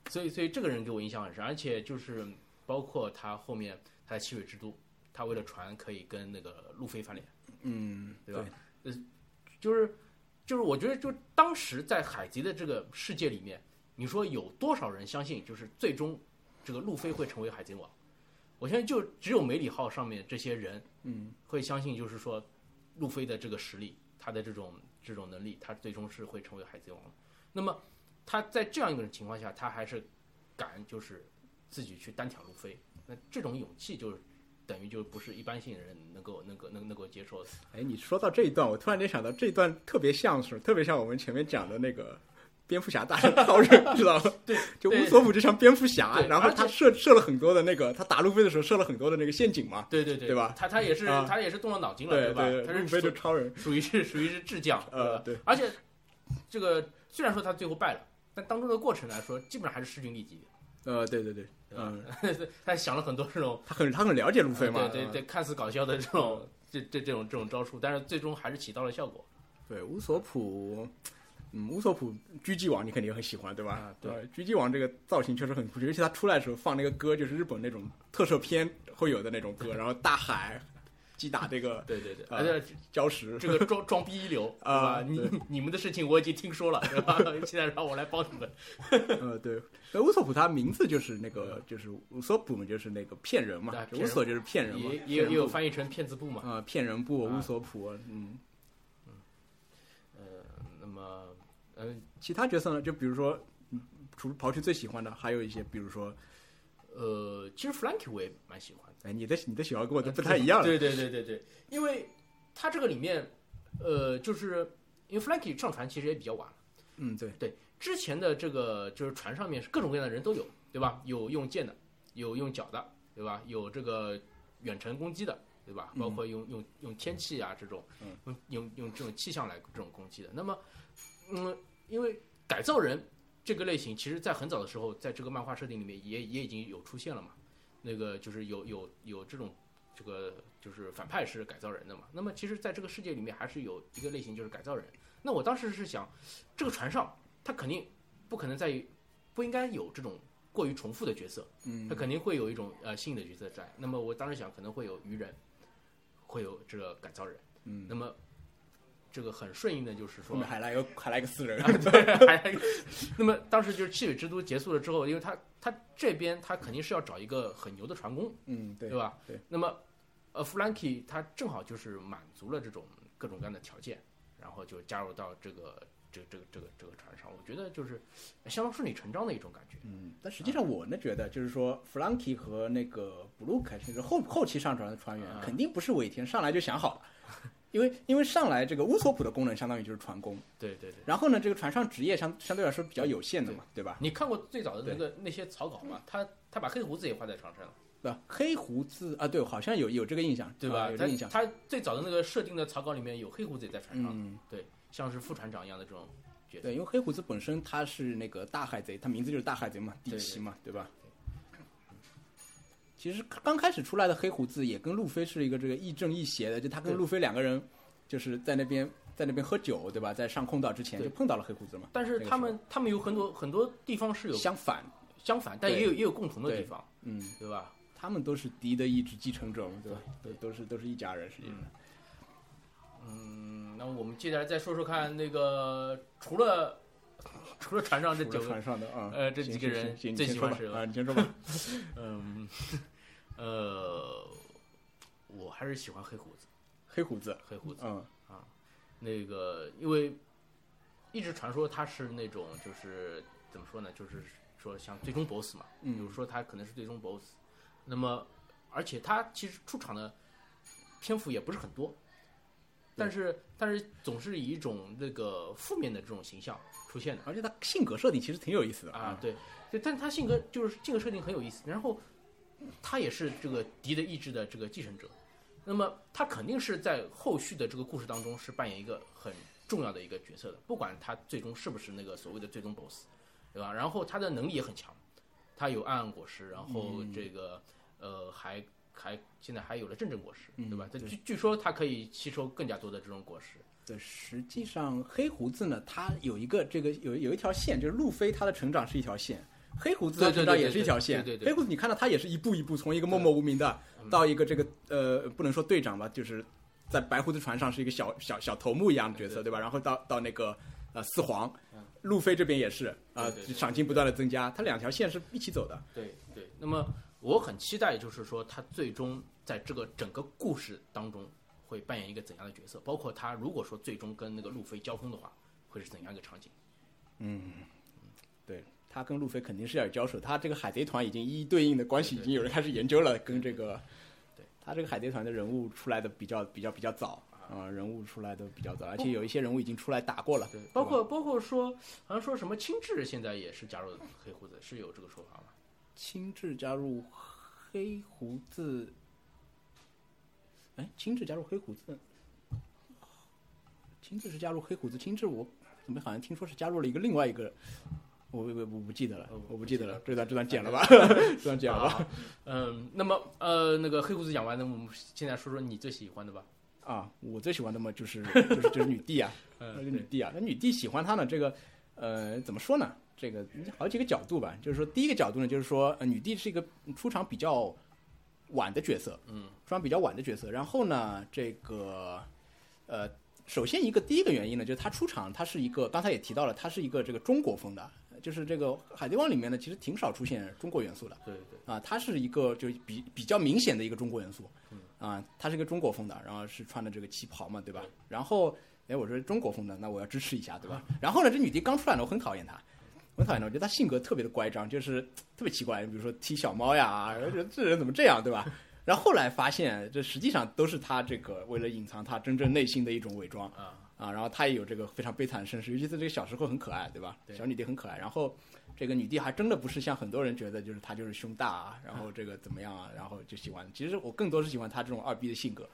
Speaker 1: 所以所以这个人给我印象很深，而且就是包括他后面他在七水之都，他为了船可以跟那个路飞翻脸，
Speaker 2: 嗯，
Speaker 1: 对吧？呃，就是就是我觉得就当时在海贼的这个世界里面，你说有多少人相信就是最终这个路飞会成为海贼王？我相信就只有梅里号上面这些人，嗯，会相信就是说路飞的这个实力，他的这种这种能力，他最终是会成为海贼王的。那么他在这样一个情况下，他还是敢就是自己去单挑路飞，那这种勇气就是等于就不是一般性人能够能够能能够接受的。
Speaker 2: 哎，你说到这一段，我突然间想到这一段特别像是，特别像我们前面讲的那个蝙蝠侠大战超 人，知道吗？
Speaker 1: 对，
Speaker 2: 就乌
Speaker 1: 对
Speaker 2: 索普就像蝙蝠侠，
Speaker 1: 对
Speaker 2: 然后
Speaker 1: 而且
Speaker 2: 他设设了很多的那个，他打路飞的时候设了很多的那个陷阱嘛，
Speaker 1: 对对对
Speaker 2: 对吧
Speaker 1: 他他也是、
Speaker 2: 啊
Speaker 1: 他也是动了脑筋了，
Speaker 2: 对
Speaker 1: 吧？
Speaker 2: 对，
Speaker 1: 他
Speaker 2: 路
Speaker 1: 是
Speaker 2: 飞
Speaker 1: 属
Speaker 2: 就超人，
Speaker 1: 属于是属于是智将，
Speaker 2: 呃，
Speaker 1: 吧？
Speaker 2: 对，
Speaker 1: 而且这个虽然说他最后败了，但当中的过程来说，基本上还是势均力敌 的。
Speaker 2: 呃，对对对，
Speaker 1: 对吧
Speaker 2: 嗯，
Speaker 1: 他想了很多这种
Speaker 2: 他很他很了解路飞嘛，嗯
Speaker 1: 对对对，看似搞笑的这种这这这种这种招数，但是最终还是起到了效果。
Speaker 2: 对，乌索普，嗯，乌索普狙击王你肯定很喜欢，对吧？
Speaker 1: 啊对
Speaker 2: 呃，狙击王这个造型确实很酷，尤其他出来的时候放那个歌，就是日本那种特摄片会有的那种歌，然后大海击打这个
Speaker 1: 对对对，
Speaker 2: 啊
Speaker 1: 而且
Speaker 2: 礁石，
Speaker 1: 这个装装逼一流，对
Speaker 2: 啊
Speaker 1: 吧？你你们的事情我已经听说了，对吧？ 现在让我来帮你们。
Speaker 2: 呃，对，呃，乌索普他名字就是那个，就是乌索普嘛，就是那个骗人嘛
Speaker 1: 对，啊
Speaker 2: 就
Speaker 1: 骗
Speaker 2: 乌
Speaker 1: 人
Speaker 2: 索就是骗人嘛
Speaker 1: 也，也
Speaker 2: 骗
Speaker 1: 有
Speaker 2: 人
Speaker 1: 也有
Speaker 2: 部
Speaker 1: 翻译成骗子部嘛？
Speaker 2: 啊，骗人部
Speaker 1: 啊
Speaker 2: 乌索普，嗯，
Speaker 1: 呃，那么嗯
Speaker 2: 其他角色呢，就比如说，嗯除刨去最喜欢的，还有一些，比如说，
Speaker 1: 呃，其实 Flanky 我也蛮喜欢的。
Speaker 2: 哎，你的你的喜好跟 我的不太一样了，
Speaker 1: 对对对对对，因为他这个里面，呃，就是因为 Flanky 上船其实也比较晚了，
Speaker 2: 嗯，对，
Speaker 1: 之前的这个就是船上面是各种各样的人都有，对吧？有用剑的，有用脚的，对吧？有这个远程攻击的，对吧？包括用用用天气啊这种，用用用这种气象来这种攻击的。那么，嗯，因为改造人这个类型，其实在很早的时候，在这个漫画设定里面也也已经有出现了嘛。那个就是有有有这种这个就是反派是改造人的嘛。那么其实，在这个世界里面还是有一个类型就是改造人。那我当时是想，这个船上他肯定不可能在于不应该有这种过于重复的角色，嗯，他肯定会有一种呃新的角色在。那么我当时想，可能会有愚人，会有这个改造人，嗯，那么这个很顺应的就是
Speaker 2: 后
Speaker 1: 说
Speaker 2: 面，还来个还来个私人，
Speaker 1: 还 那么当时就是气水之都结束了之后，因为他他这边他肯定是要找一个很牛的船工，
Speaker 2: 嗯，对
Speaker 1: 对，吧？
Speaker 2: 对。
Speaker 1: 那么，呃，弗兰基他正好就是满足了这种各种各样的条件，然后就加入到这个这这个这个这个船上，我觉得就是相当顺理成章的一种感觉。
Speaker 2: 嗯，但实际上我呢觉得，就是说 Flanky 和那个 Blue 凯是后后期上传的船员，
Speaker 1: 啊
Speaker 2: 肯定不是尾田上来就想好了，因为因为上来这个乌索普的功能相当于就是船工，
Speaker 1: 对对对。
Speaker 2: 然后呢，这个船上职业相相对来说比较有限的嘛，对吧？
Speaker 1: 你看过最早的那个那些草稿吗？他他把黑胡子也画在船上了，
Speaker 2: 对吧？黑胡子啊，对，好像有有这个印象，
Speaker 1: 对
Speaker 2: 啊
Speaker 1: 吧？
Speaker 2: 有这
Speaker 1: 他
Speaker 2: 个印象。
Speaker 1: 他最早的那个设定的草稿里面有黑胡子也在船上，
Speaker 2: 嗯，
Speaker 1: 像是副船长一样的这种角色。
Speaker 2: 对，因为黑胡子本身他是那个大海贼，他名字就是大海贼嘛，
Speaker 1: 对
Speaker 2: 第七嘛，对吧？其实刚开始出来的黑胡子也跟路飞是一个这个亦正亦邪的，就他跟
Speaker 1: 对
Speaker 2: 路飞两个人就是在那边在那边喝酒，对吧？在上空岛之前
Speaker 1: 对
Speaker 2: 就碰到了黑胡子嘛，
Speaker 1: 但是
Speaker 2: 那个
Speaker 1: 他们他们有很多很多地方是有
Speaker 2: 相反，
Speaker 1: 相反，但
Speaker 2: 对
Speaker 1: 也有也有共同的
Speaker 2: 对
Speaker 1: 地方，
Speaker 2: 嗯，
Speaker 1: 对吧？
Speaker 2: 他们都是敌的意志继承者嘛，对吧？
Speaker 1: 对
Speaker 2: 都都是都是一家人，实际上。
Speaker 1: 嗯，那我们接下来再说说看那个除了除了船上这
Speaker 2: 除了
Speaker 1: 九个
Speaker 2: 船上的啊，
Speaker 1: 呃这
Speaker 2: 行
Speaker 1: 几个
Speaker 2: 行
Speaker 1: 人
Speaker 2: 行行
Speaker 1: 最
Speaker 2: 你
Speaker 1: 喜
Speaker 2: 先说
Speaker 1: 欢
Speaker 2: 吧
Speaker 1: 谁吧
Speaker 2: 啊？你先说 吧。
Speaker 1: 嗯，呃，我还是喜欢黑胡子，
Speaker 2: 黑胡子，
Speaker 1: 黑胡子啊
Speaker 2: 嗯，
Speaker 1: 那个，因为一直传说他是那种就是怎么说呢，就是说像最终 BOSS 嘛，
Speaker 2: 嗯
Speaker 1: 比如说他可能是最终 BOSS，那么而且他其实出场的篇幅也不是很多。但是，但是总是以一种那个负面的这种形象出现的。
Speaker 2: 而且他性格设定其实挺有意思的嗯
Speaker 1: 啊，，对，对，但他性格就是性格设定很有意思，然后他也是这个敌的意志的这个继承者，那么他肯定是在后续的这个故事当中是扮演一个很重要的一个角色的，不管他最终是不是那个所谓的最终 BOSS，对吧？然后他的能力也很强，他有暗暗果实，然后
Speaker 2: 嗯
Speaker 1: 这个、呃还还现在还有了阵阵果实，对吧
Speaker 2: 嗯？
Speaker 1: 他
Speaker 2: 对
Speaker 1: 据据说他可以吸收更加多的这种果实，
Speaker 2: 对，实际上黑胡子呢，他有一个这个有有一条线，就是路飞他的成长是一条线，黑胡子他
Speaker 1: 对对
Speaker 2: 的成长
Speaker 1: 对
Speaker 2: 也
Speaker 1: 对
Speaker 2: 是一条线。
Speaker 1: 对对对嗯
Speaker 2: 黑胡子你看到他也是一步一步从一个默默无名的到一个这个呃不能说队长吧，就是在白胡子船上是一个小小小头目一样的角色，
Speaker 1: 对嗯
Speaker 2: 对吧？然后到到那个呃四皇，路飞这边也是啊
Speaker 1: 对对对，
Speaker 2: 赏金不断的增加，他两条线是一起走的。
Speaker 1: 对对，那么我很期待，就是说他最终在这个整个故事当中会扮演一个怎样的角色，包括他如果说最终跟那个路飞交锋的话，会是怎样一个场景？
Speaker 2: 对他跟路飞肯定是要有交手，他这个海贼团已经一一对应的关系已经有人开始研究了，跟这个，
Speaker 1: 对
Speaker 2: 他这个海贼团的人物出来的比较比较比较早啊、人物出来的比较早，而且有一些人物已经出来打过了，对吧
Speaker 1: 包括包括说，好像说什么青雉现在也是加入黑胡子，是有这个说法吗？
Speaker 2: 青雉加入黑胡子，哎，青雉加入黑胡子，青雉是加入黑胡子，青雉我怎么好像听说是加入了一个另外一个，我我我我不记得了
Speaker 1: 哦，
Speaker 2: 我
Speaker 1: 不
Speaker 2: 不
Speaker 1: 记
Speaker 2: 记
Speaker 1: 得
Speaker 2: 得
Speaker 1: 了
Speaker 2: 了，这段这段剪了吧， 这段剪了吧。
Speaker 1: 啊，嗯，那么呃，那个黑胡子讲完，那我们现在说说你最喜欢的吧。
Speaker 2: 啊，我最喜欢的嘛就是就是就是女帝啊，那
Speaker 1: 嗯，
Speaker 2: 就女
Speaker 1: 对，
Speaker 2: 帝啊，那女帝喜欢她呢，这个呃怎么说呢？这个好几个角度吧，就是说第一个角度呢，就是说、呃、女帝是一个出场比较晚的角色，
Speaker 1: 嗯，
Speaker 2: 出场比较晚的角色。然后呢，这个呃，首先一个第一个原因呢，就是她出场，她是一个刚才也提到了，她是一个这个中国风的，就是这个《海贼王》里面呢，其实挺少出现中国元素的。
Speaker 1: 对对，
Speaker 2: 啊，它是一个就比比较明显的一个中国元素，啊，它是一个中国风的，然后是穿的这个旗袍嘛，对吧？然后，哎，我说中国风的，那我要支持一下，对吧？然后呢，这女帝刚出来呢，我很讨厌她，我很讨厌她，我觉得她性格特别的乖张，就是特别奇怪，比如说踢小猫呀，然后觉得这人怎么这样，对吧？然后后来发现，这实际上都是她这个为了隐藏她真正内心的一种伪装
Speaker 1: 啊
Speaker 2: 啊，然后她也有这个非常悲惨的身世，尤其是这个小时候很可爱，对吧？
Speaker 1: 对
Speaker 2: 小女帝很可爱，然后。这个女帝还真的不是像很多人觉得，就是她就是胸大啊，然后这个怎么样啊，然后就喜欢。其实我更多是喜欢她这种二逼的性格，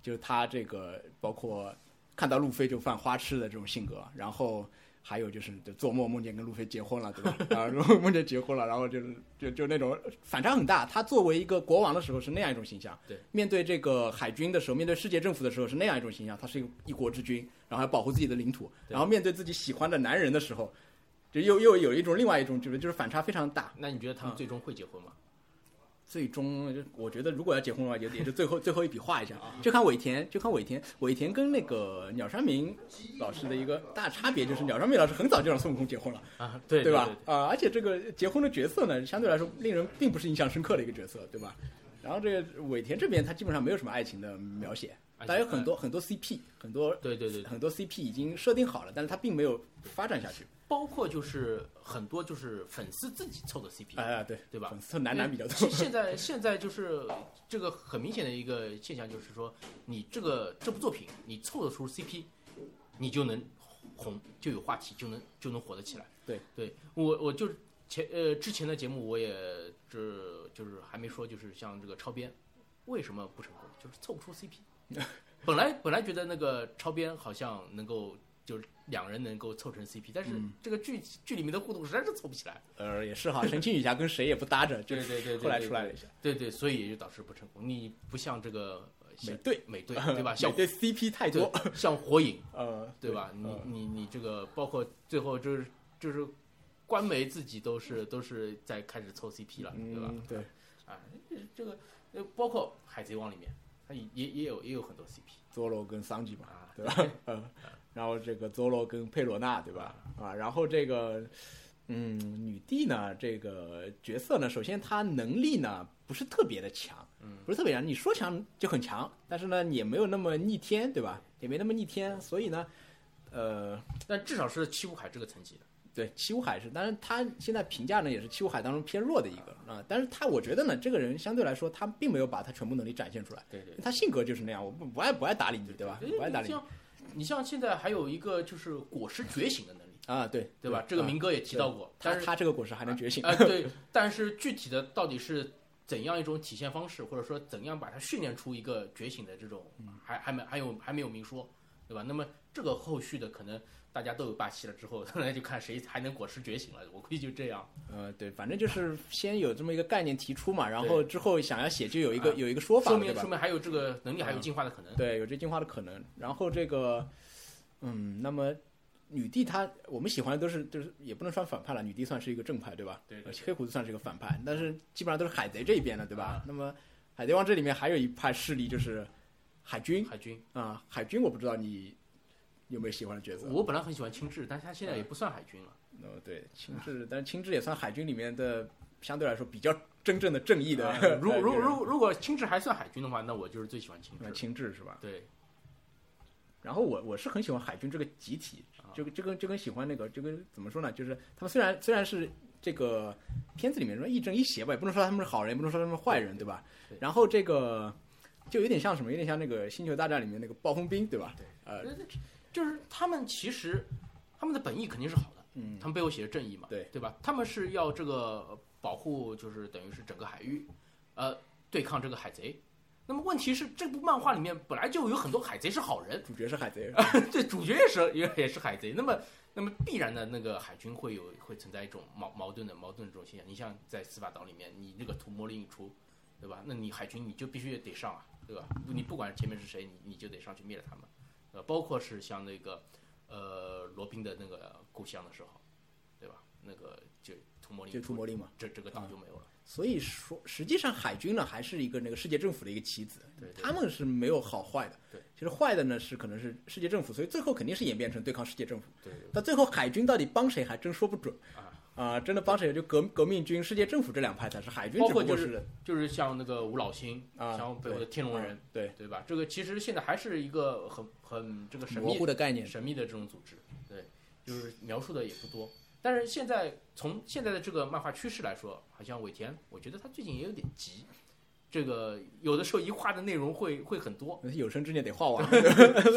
Speaker 2: 就是她这个包括看到路飞就犯花痴的这种性格，然后还有就是就做梦梦见跟路飞结婚了，对吧？ 然后如果梦见结婚了，然后就是就就那种反差很大。她作为一个国王的时候是那样一种形象，
Speaker 1: 对，
Speaker 2: 面对这个海军的时候，面对世界政府的时候是那样一种形象，她是一个一国之君，然后还保护自己的领土，
Speaker 1: 对
Speaker 2: 然后面对自己喜欢的男人的时候。就又又有一种另外一种就是就是反差非常大。
Speaker 1: 那你觉得他们最终会结婚吗？
Speaker 2: 最终就我觉得，如果要结婚的话，也也是最后最后一笔画一下，啊 就看尾田，就看尾田，尾田跟那个鸟山明老师的一个大差别就是，鸟山明老师很早就让孙悟空结婚了，
Speaker 1: 啊，对对
Speaker 2: 对吧？啊、而且这个结婚的角色呢，相对来说令人并不是印象深刻的一个角色，对吧？然后这个尾田这边他基本上没有什么爱情的描写，
Speaker 1: 啊，还
Speaker 2: 但有
Speaker 1: 行
Speaker 2: 很多很多 CP，很多
Speaker 1: 对对对，对
Speaker 2: 很多 CP 已经设定好了，但是它并没有发展下去。
Speaker 1: 包括就是很多就是粉丝自己凑的 CP，
Speaker 2: 哎、啊，对
Speaker 1: 对吧？
Speaker 2: 粉丝男男比较
Speaker 1: 现
Speaker 2: 多。
Speaker 1: 现在现在就是这个很明显的一个现象，就是说你这个这部作品你凑得出 CP，你就能红，就有话题，就能就能火得起来。
Speaker 2: 对，
Speaker 1: 对我我就前呃之前的节目我也这就是还没说，就是像这个超编为什么不成功，就是凑不出 CP。本来本来觉得那个超编好像能够就是两人能够凑成 CP，但是
Speaker 2: 嗯
Speaker 1: 这个剧、剧里面的互动实在是凑不起来。
Speaker 2: 呃，也是哈，神奇女侠跟谁也不搭着，就
Speaker 1: 对对对对
Speaker 2: 后来
Speaker 1: 对
Speaker 2: 出来了一下，
Speaker 1: 对对，所以也就导致不成功。你不像这个呃像
Speaker 2: 美队
Speaker 1: 美 队对吧？像
Speaker 2: 对 CP 太多，
Speaker 1: 对像火 影
Speaker 2: 呃，
Speaker 1: 对吧？你
Speaker 2: 呃
Speaker 1: 你你这个包括最后就是就是官媒自己都是都是在开始凑 CP 了，对吧？
Speaker 2: 嗯，对，
Speaker 1: 啊，这这个呃包括海贼王里面，它也也也有也有很多 CP
Speaker 2: 佐罗跟桑吉嘛，
Speaker 1: 啊，
Speaker 2: 对吧？嗯，然后这个佐罗跟佩罗娜，对吧？啊，然后这个，嗯，女帝呢，这个角色呢，首先她能力呢不是特别的强，嗯，不是特别强。你说强就很强，但是呢也没有那么逆天，对吧？也没那么逆天，所以呢，呃，
Speaker 1: 但至少是七武海这个层级的，
Speaker 2: 对，七武海是，当然他现在评价呢也是七武海当中偏弱的一个啊、但是他我觉得呢，这个人相对来说他并没有把他全部能力展现出来，
Speaker 1: 对对。
Speaker 2: 他性格就是那样，我不不爱不爱搭理啊你，对吧？不爱搭
Speaker 1: 哎你
Speaker 2: 理你
Speaker 1: 像你像现在还有一个就是果实觉醒的能力，
Speaker 2: 啊，对
Speaker 1: 对吧？这个
Speaker 2: 啊
Speaker 1: 明哥也提到过，但
Speaker 2: 他
Speaker 1: 是
Speaker 2: 他这个果实还能觉醒，
Speaker 1: 啊、 对，但是具体的到底是怎样一种体现方式，或者说怎样把它训练出一个觉醒的这种，
Speaker 2: 嗯
Speaker 1: 还还没还有还没有明说，对吧？那么这个后续的可能大家都有霸气了之后， 那就看谁还能果实觉醒了。我估计就这样。
Speaker 2: 呃，对，反正就是先有这么一个概念提出嘛，然后之后想要写就有一个、
Speaker 1: 啊
Speaker 2: 有一个说法
Speaker 1: 说
Speaker 2: 了，对
Speaker 1: 明
Speaker 2: 吧嗯
Speaker 1: 说？明还有这个能力，还有进化的可能。
Speaker 2: 对，有这进化的可能。然后这个，嗯，那么女帝她我们喜欢的都是就是也不能算反派了，女帝算是一个正派，对吧？
Speaker 1: 对对
Speaker 2: 而且黑胡子算是一个反派，但是基本上都是海贼这一边的，对吧？
Speaker 1: 啊
Speaker 2: 那么海贼王这里面还有一派势力就是海军
Speaker 1: 海军，
Speaker 2: 啊、海军我不知道你有没有喜欢的角色。
Speaker 1: 我本来很喜欢青雉，但是他现在也
Speaker 2: 嗯
Speaker 1: 不算海军了。
Speaker 2: 哦，对，青雉，但是青雉也算海军里面的相对来说比较真正的正义的
Speaker 1: 啊
Speaker 2: 呃。
Speaker 1: 如如
Speaker 2: 一个人
Speaker 1: 如如果青雉还算海军的话，那我就是最喜欢青
Speaker 2: 那
Speaker 1: 雉。
Speaker 2: 青雉是吧？
Speaker 1: 对，
Speaker 2: 然后我我是很喜欢海军这个集体
Speaker 1: 啊，
Speaker 2: 这个这跟这跟喜欢那个这跟怎么说呢？就是他们虽然虽然是这个片子里面说亦正亦邪吧，也不能说他们是好人，也不能说他们是坏人，对吧
Speaker 1: 对？
Speaker 2: 然后这个就有点像什么？有点像那个《星球大战》里面那个暴风兵，对吧？
Speaker 1: 对
Speaker 2: 呃，
Speaker 1: 就是他们其实他们的本意肯定是好的。
Speaker 2: 嗯，
Speaker 1: 他们背后写着正义嘛，
Speaker 2: 对
Speaker 1: 对吧？他们是要这个保护，就是等于是整个海域，呃，对抗这个海贼。那么问题是，这部漫画里面本来就有很多海贼是好人，
Speaker 2: 主角是海贼，
Speaker 1: 这主角也是也也是海贼。那么，那么必然的那个海军会有会存在一种矛矛盾的矛盾的这种现象。你像在司法岛里面，你那个图魔令一出，对吧？那你海军你就必须得上啊，对吧？你不管前面是谁，你你就得上去灭了他们。呃，包括是像那个呃罗宾的那个故乡的时候，对吧？那个就图魔令
Speaker 2: 就
Speaker 1: 一
Speaker 2: 啊屠
Speaker 1: 出，
Speaker 2: 魔令嘛。
Speaker 1: 这这个岛就没有了。
Speaker 2: 所以说，实际上海军呢还是一个那个世界政府的一个棋子，
Speaker 1: 对对
Speaker 2: 他们是没有好坏的。
Speaker 1: 对，
Speaker 2: 其实坏的呢是可能是世界政府，所以最后肯定是演变成对抗世界政府。
Speaker 1: 对对
Speaker 2: 到最后海军到底帮谁还真说不准
Speaker 1: 啊
Speaker 2: 啊、真的帮谁就革革命军、世界政府这两派才是海军，
Speaker 1: 包
Speaker 2: 只不
Speaker 1: 括
Speaker 2: 过
Speaker 1: 就是就是像那个吴老星，
Speaker 2: 啊
Speaker 1: 像背后的天龙人，
Speaker 2: 对
Speaker 1: 对吧？这个其实现在还是一个很很这个神
Speaker 2: 模
Speaker 1: 秘
Speaker 2: 糊的概念。
Speaker 1: 神秘的这种组织，对，就是描述的也不多。但是现在从现在的这个漫画趋势来说，好像尾田，我觉得他最近也有点急，这个有的时候一画的内容会会很多，
Speaker 2: 有生之年得画 完，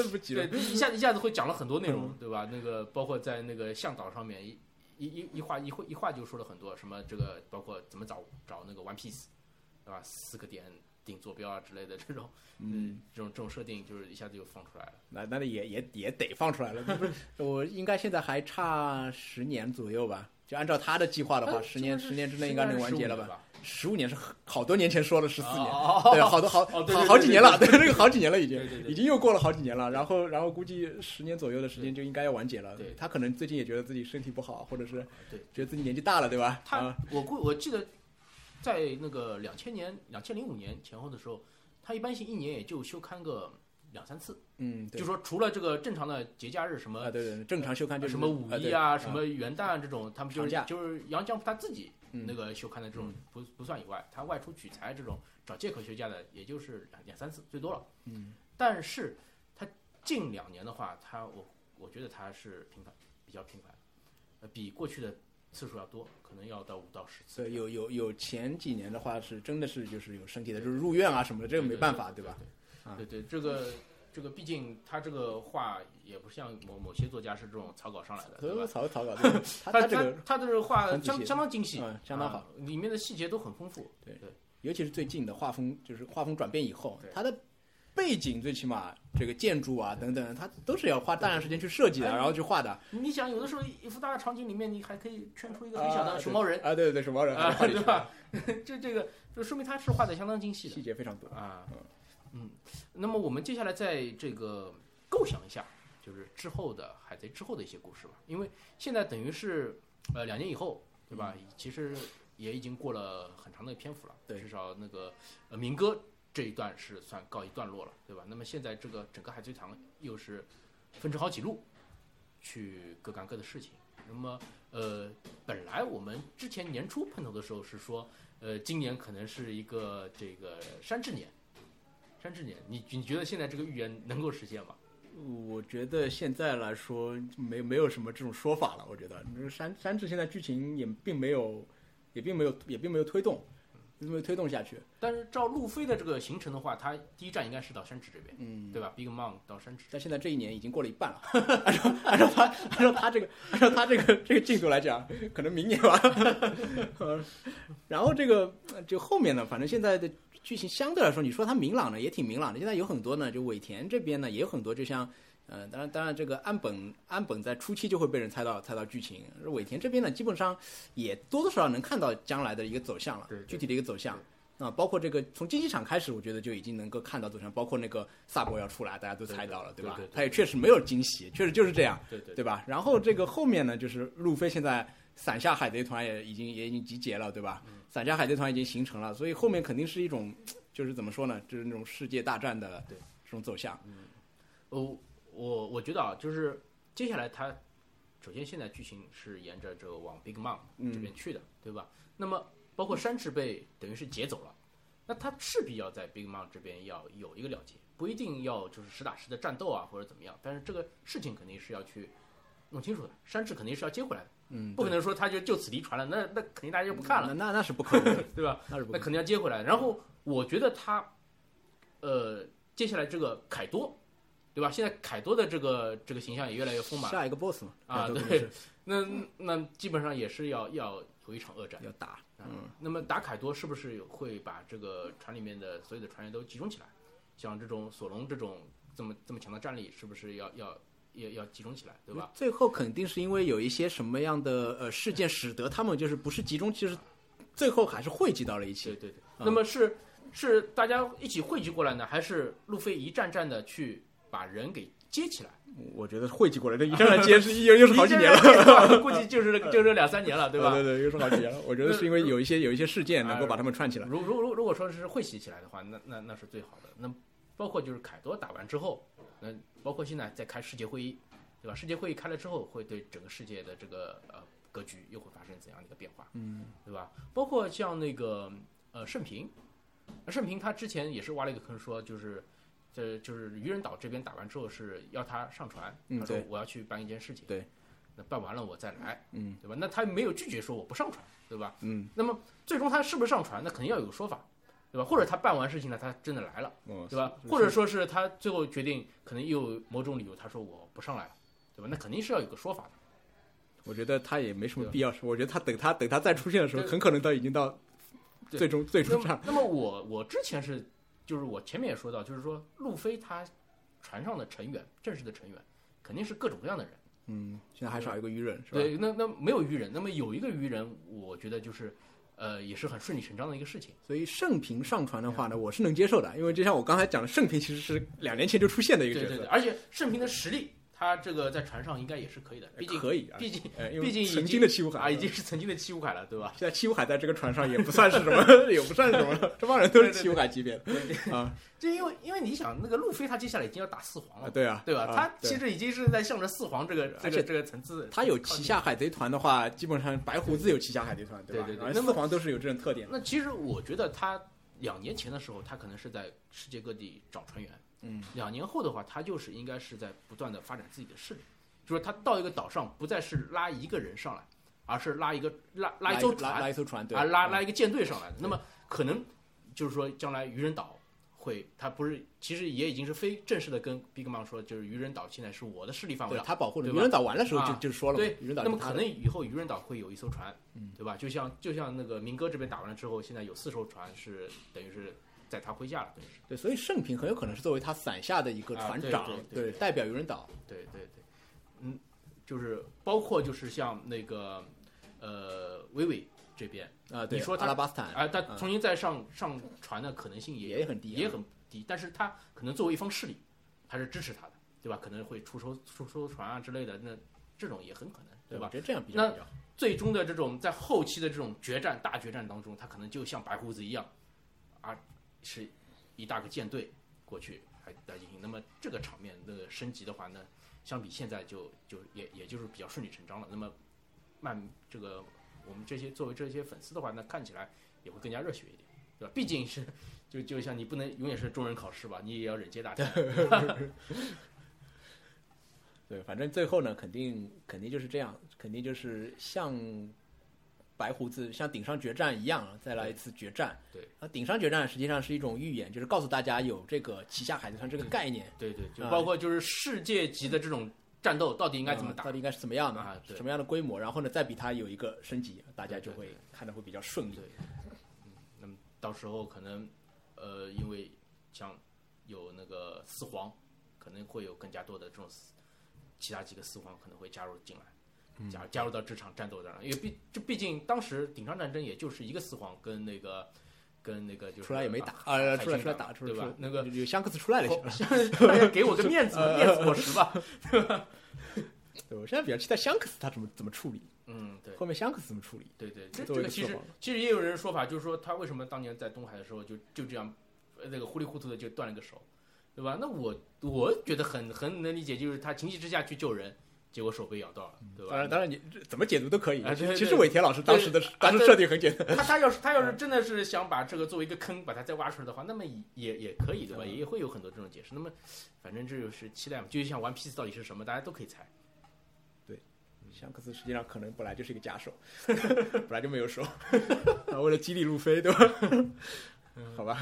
Speaker 2: 不急了
Speaker 1: 对，。一下子一下子会讲了很多内
Speaker 2: 嗯
Speaker 1: 容，对吧？那个包括在那个向导上面一一一一画一会一画就说了很多，什么这个包括怎么找找那个 One Piece，对吧？四个点定坐标啊之类的这种，嗯，这种这种设定就是一下子就放出来了。
Speaker 2: 那那也也也得放出来了， 不是？我应该现在还差十年左右吧。就按照他的计划的话，
Speaker 1: 哎
Speaker 2: 十年
Speaker 1: 这个是
Speaker 2: 十年之内应该能完结了
Speaker 1: 15年吧？
Speaker 2: 十五年是很好多年前说了十四年，
Speaker 1: 哦
Speaker 2: 对，啊好多好
Speaker 1: 哦对对
Speaker 2: 好
Speaker 1: 对
Speaker 2: 好几年了，对，这个好几年了已经
Speaker 1: 对对，对
Speaker 2: 已经又过了好几年了。然后然后估计十年左右的时间就应该要完结了
Speaker 1: 对。
Speaker 2: 他可能最近也觉得自己身体不好，或者是
Speaker 1: 对
Speaker 2: 觉得自己年纪大了，对吧？
Speaker 1: 他
Speaker 2: 啊，，
Speaker 1: 我估我记得，在那个两千年、两千零五年前后的时候，他一般性一年也就休刊个两三次，
Speaker 2: 嗯，对
Speaker 1: 就说除了这个正常的节假日什么
Speaker 2: 啊，对对，对正常休刊就是
Speaker 1: 什么五一
Speaker 2: 对
Speaker 1: 啊、什么元旦这种，他们就
Speaker 2: 长
Speaker 1: 是
Speaker 2: 假
Speaker 1: 就是杨江他自己
Speaker 2: 嗯
Speaker 1: 那个休刊的这种不不算以外，他外出取材这种找借口休假的，也就是两两三次最多了。嗯，但是它近两年的话，它我我觉得它是频繁，比较频繁，呃，比过去的次数要多，可能要到五到十次
Speaker 2: 所
Speaker 1: 这
Speaker 2: 以
Speaker 1: 样。
Speaker 2: 有有有前几年的话是真的是就是有身体的，就是入院啊什么的，这个没办法，
Speaker 1: 对
Speaker 2: 吧？？啊
Speaker 1: 对对，这个这个，毕竟他这个话也不像某某些作家是这种草稿上来的，
Speaker 2: 所
Speaker 1: 对
Speaker 2: 以
Speaker 1: 吧？
Speaker 2: 草草稿，对吧他
Speaker 1: 他
Speaker 2: 这个
Speaker 1: 他这个话
Speaker 2: 很仔
Speaker 1: 相
Speaker 2: 细
Speaker 1: 相当精细，
Speaker 2: 嗯相当
Speaker 1: 啊
Speaker 2: 好，
Speaker 1: 里面的细节都很丰富。
Speaker 2: 尤其是最近的画风，就是画风转变以后
Speaker 1: 对，
Speaker 2: 它的背景最起码这个建筑啊等等，它都是要花大量时间去设计的，
Speaker 1: 哎
Speaker 2: 然后去画的。
Speaker 1: 你想，有的时候一幅大场景里面，你还可以圈出一个很小的熊猫人
Speaker 2: 啊，对对对，熊猫人，
Speaker 1: 啊，
Speaker 2: 画里
Speaker 1: 对
Speaker 2: 去
Speaker 1: 吧？ 这这个就说明他是画的相当精细
Speaker 2: 细
Speaker 1: 的
Speaker 2: 节非常多。
Speaker 1: 啊。嗯，那么我们接下来在这个构想一下，就是之后的海贼之后的一些故事吧，因为现在等于是呃两年以后，对吧？其实也已经过了很长的篇幅了，
Speaker 2: 对
Speaker 1: 至少那个呃民歌这一段是算告一段落了，对吧？那么现在这个整个海贼堂又是分成好几路去各干各的事情，那么呃本来我们之前年初碰头的时候是说。呃，今年可能是一个这个山治年，山治年，你你觉得现在这个预言能够实现吗？
Speaker 2: 我觉得现在来说，没没有什么这种说法了。我觉得就是山山治现在剧情也并没有，也并没有，也并没有推动，并没有推动下去。
Speaker 1: 但是照路飞的这个行程的话，他第一站应该是到山治这边，
Speaker 2: 嗯，
Speaker 1: 对吧？Big Mom 到山治，
Speaker 2: 但现在这一年已经过了一半了，按照按照他按照他这个按照他这个这个进度来讲，可能明年吧。 呃然后这个呃就后面呢，反正现在的剧情相对来说，你说它明朗呢，也挺明朗的。现在有很多呢，就尾田这边呢也有很多，就像呃，当然当然这个岸本岸本在初期就会被人猜到猜到剧情，而尾田这边呢基本上也多多少少能看到将来的一个走向了，
Speaker 1: 对对
Speaker 2: 具体的一个走向。啊，包括这个从竞技场开始，我觉得就已经能够看到走向，包括那个萨博要出来，大家都猜到了，
Speaker 1: 对
Speaker 2: 吧
Speaker 1: 对对？
Speaker 2: 他也确实没有惊喜，确实就是这样，
Speaker 1: 对对
Speaker 2: 对吧？然后这个后面呢，就是路飞现在伞下海贼团也已经也已经集结了，对吧？
Speaker 1: 嗯
Speaker 2: 伞下海贼团已经形成了，所以后面肯定是一种，就是怎么说呢，就是那种世界大战的
Speaker 1: 对
Speaker 2: 这种走向。
Speaker 1: 哦，我我觉得啊，就是接下来他首先现在剧情是沿着这个往 Big Mom
Speaker 2: 嗯
Speaker 1: 这边去的，对吧？那么包括山治被等于是劫走了，那他势必要在 Big Mom 这边要有一个了结，不一定要就是实打实的战斗啊或者怎么样，但是这个事情肯定是要去弄清楚的，山治肯定是要接回来的，
Speaker 2: 嗯，
Speaker 1: 不可能说他就就此离船了，那那肯定大家就不看了，
Speaker 2: 那那那是不可能 的，
Speaker 1: 对吧？
Speaker 2: 那是
Speaker 1: 那
Speaker 2: 不可能的。
Speaker 1: 肯定要接回来。然后我觉得他，呃，接下来这个凯多，对吧？现在凯多的这个这个形象也越来越丰满了
Speaker 2: 下一个 boss 嘛，
Speaker 1: 啊，
Speaker 2: 都
Speaker 1: 对，那那基本上也是要要有一场恶战。
Speaker 2: 要打，嗯，
Speaker 1: 那么打凯多是不是会把这个船里面的所有的船员都集中起来？像这种索隆这种这么这么强的战力，是不是要要要要集中起来，对吧？？
Speaker 2: 最后肯定是因为有一些什么样的呃事件，使得他们就是不是集中，其实最后还是汇集到了一起
Speaker 1: 对。对对。嗯那么是是大家一起汇集过来呢，还是路飞一站站的去把人给接起来？
Speaker 2: 我觉得汇集过来的，一上来 接是又又是好几年了，
Speaker 1: 了，嗯估计就是 就是这两三年了，对吧
Speaker 2: 对？哎对，又是好几年了。我觉得是因为有一些有一些事件能够把他们串起来。
Speaker 1: 如如如如果说是汇集起来的话，那那那是最好的。那包括就是凯多打完之后，那包括现在在开世界会议，对吧？世界会议开了之后，会对整个世界的这个呃格局又会发生怎样的一个变化？
Speaker 2: 嗯，
Speaker 1: 对吧？包括像那个呃盛平，呃盛平他之前也是挖了一个坑，说就是。这就是愚人岛这边打完之后是要他上船，
Speaker 2: 嗯
Speaker 1: 他说
Speaker 2: 对
Speaker 1: 我要去办一件事情，
Speaker 2: 对，
Speaker 1: 那办完了我再来，
Speaker 2: 嗯，
Speaker 1: 对吧？那他没有拒绝说我不上船，对吧？
Speaker 2: 嗯，
Speaker 1: 那么最终他是不是上船，那肯定要有个说法，对吧？或者他办完事情了，他真的来了，
Speaker 2: 哦
Speaker 1: 对吧？或者说啊是他最后决定，可能又有某种理由，他说我不上来了，对吧？那肯定是要有个说法的。
Speaker 2: 我觉得他也没什么必要。我觉得他等他等他再出现的时候，
Speaker 1: 对
Speaker 2: 很可能他已经到
Speaker 1: 对
Speaker 2: 最终最
Speaker 1: 那
Speaker 2: 终
Speaker 1: 么
Speaker 2: 战。，
Speaker 1: 那么我我之前是，就是我前面也说到，就是说路飞他船上的成员，正式的成员，肯定是各种各样的人。
Speaker 2: 嗯，现在还少一个愚人，是吧？
Speaker 1: 对，那那没有愚人，那么有一个愚人，我觉得就是，呃，也是很顺理成章的一个事情。
Speaker 2: 所以盛平上传的话呢，我是能接受的，因为就像我刚才讲的，盛平其实是两年前就出现的一
Speaker 1: 对
Speaker 2: 个
Speaker 1: 对
Speaker 2: 角
Speaker 1: 对，
Speaker 2: 色，
Speaker 1: 而且盛平的实力，他这个在船上应该也是可以的，毕竟
Speaker 2: 可以啊。
Speaker 1: 毕竟
Speaker 2: 哎因为
Speaker 1: 毕竟已
Speaker 2: 曾
Speaker 1: 经
Speaker 2: 经的七武海嗯
Speaker 1: 啊，已经是曾经的七武海了，对吧？
Speaker 2: 现在七武海在这个船上也不算是什么，也不算是什么，这帮人都是七武海级别的
Speaker 1: 就因为因为你想，那个路飞他接下来已经要打四皇
Speaker 2: 啊，
Speaker 1: 了，
Speaker 2: 对啊，
Speaker 1: 对吧？
Speaker 2: 啊
Speaker 1: 他
Speaker 2: 对
Speaker 1: 其实已经是在向着四皇这个这个
Speaker 2: 而且
Speaker 1: 这个层次。
Speaker 2: 他有旗下海贼团的话，基本上白胡子有旗下海贼团，吧？
Speaker 1: 对对对
Speaker 2: 然
Speaker 1: 那
Speaker 2: 后
Speaker 1: 么
Speaker 2: 四皇都是有这种特点的。
Speaker 1: 那其实我觉得他两年前的时候，他可能是在世界各地找船员，
Speaker 2: 嗯，
Speaker 1: 两年后的话，他就是应该是在不断的发展自己的势力，就是他到一个岛上，不再是拉一个人上来，而是拉一个拉拉一艘船
Speaker 2: 拉拉一艘船，对，
Speaker 1: 啊，拉
Speaker 2: 嗯
Speaker 1: 拉一个舰队上来的。那
Speaker 2: 对
Speaker 1: 么可能就是说，将来愚人岛会，它不是，其实也已经是非正式的跟 Big Mom 说，就是愚人岛现在是我的势力范围
Speaker 2: 对
Speaker 1: 了。
Speaker 2: 他保护了
Speaker 1: 对
Speaker 2: 愚
Speaker 1: 吧
Speaker 2: 人岛完了时候就
Speaker 1: 啊
Speaker 2: 就说了嘛，
Speaker 1: 对
Speaker 2: 愚人岛
Speaker 1: 那
Speaker 2: 就
Speaker 1: 么
Speaker 2: 他
Speaker 1: 可
Speaker 2: 的
Speaker 1: 能以后愚人岛会有一艘船
Speaker 2: 嗯，
Speaker 1: 对吧？就像就像那个明哥这边打完了之后，现在有四艘船是等于是在他麾下了，等于是。
Speaker 2: 对，所以盛平很有可能是作为他伞下的一个
Speaker 1: 啊
Speaker 2: 船
Speaker 1: 对
Speaker 2: 长，
Speaker 1: 对对对
Speaker 2: 代表愚人岛，
Speaker 1: 对对对，嗯，就是包括就是像那个呃薇薇这边，
Speaker 2: 啊，对，
Speaker 1: 你说他
Speaker 2: 阿拉巴斯坦
Speaker 1: 啊，他
Speaker 2: 嗯
Speaker 1: 重新再上上船的可能性也
Speaker 2: 也很低啊，
Speaker 1: 也很低，但是他可能作为一方势力，他是支持他的，对吧？可能会出收出收船啊之类的，那这种也很可能，对
Speaker 2: 对
Speaker 1: 吧
Speaker 2: 我？觉得这样比较
Speaker 1: 那
Speaker 2: 比较好
Speaker 1: 最终的这种在后期的这种决战大决战当中，他可能就像白胡子一样，啊，是一大个舰队过去来来进行。那么这个场面那个升级的话呢，相比现在就就也也就是比较顺理成章了。那么慢这个我们这些作为这些粉丝的话，那看起来也会更加热血一点，对吧？毕竟是就就像你不能永远是中人考试吧，你也要忍接大战。
Speaker 2: 对，反正最后呢，肯定肯定就是这样，肯定就是像白胡子像顶上决战一样，啊再来一次决战。
Speaker 1: 对，
Speaker 2: 啊，顶上决战实际上是一种预演，就是告诉大家有这个旗下海贼团这个概念，
Speaker 1: 对对，就
Speaker 2: 啊
Speaker 1: 包括就是世界级的这种战斗到底应
Speaker 2: 应
Speaker 1: 该怎么打
Speaker 2: 啊到。底应该是怎么样的，
Speaker 1: 啊对
Speaker 2: 什么样的规模，然后呢，再比它有一个升级，大家就
Speaker 1: 对对
Speaker 2: 会
Speaker 1: 对
Speaker 2: 看的会比较顺利。
Speaker 1: 对，嗯，那么到时候可能，呃，因为像有那个四皇，可能会有更加多的这种四其他几个四皇可能会加入进来，加加入到这场战斗当中，因为毕这毕竟当时顶上战争也就是一个四皇跟那个跟那个就是
Speaker 2: 出来也没打，
Speaker 1: 啊
Speaker 2: 啊，
Speaker 1: 海
Speaker 2: 出来
Speaker 1: 军
Speaker 2: 出来
Speaker 1: 长
Speaker 2: 打，出来
Speaker 1: 对
Speaker 2: 出来
Speaker 1: 吧？那个
Speaker 2: 有有香克斯出来了就
Speaker 1: 哦。 给我个面子吧，面子果实 吧。
Speaker 2: 对，我现在比较期待香克斯他怎么怎么处理，
Speaker 1: 嗯，对。
Speaker 2: 后面香克斯怎么处理。
Speaker 1: 对对，这这
Speaker 2: 作为一
Speaker 1: 个
Speaker 2: 个
Speaker 1: 其
Speaker 2: 策
Speaker 1: 实
Speaker 2: 划
Speaker 1: 其实也有人说法，就是说他为什么当年在东海的时候就就这样，呃那个糊里糊涂的就断了个手，对吧？那我我觉得很很能理解，就是他情急之下去救人，结果手被咬到了，对吧？
Speaker 2: 当然，当然你这怎么解读都可以
Speaker 1: 啊对。对
Speaker 2: 其实尾田老师当时的当时
Speaker 1: 对
Speaker 2: 设定很简单。
Speaker 1: 他他要是他要是真的是想把这个作为一个坑，把它再挖出来的话，那么也也也可以，对吧？
Speaker 2: 嗯
Speaker 1: 也会有很多这种解释。那么，反正这就是期待嘛，就像《One Piece》到底是什么，大家都可以猜。
Speaker 2: 香克斯实际上可能本来就是一个假手， 本来就没有手， 然后为了激励路飞，对吧？ 好吧，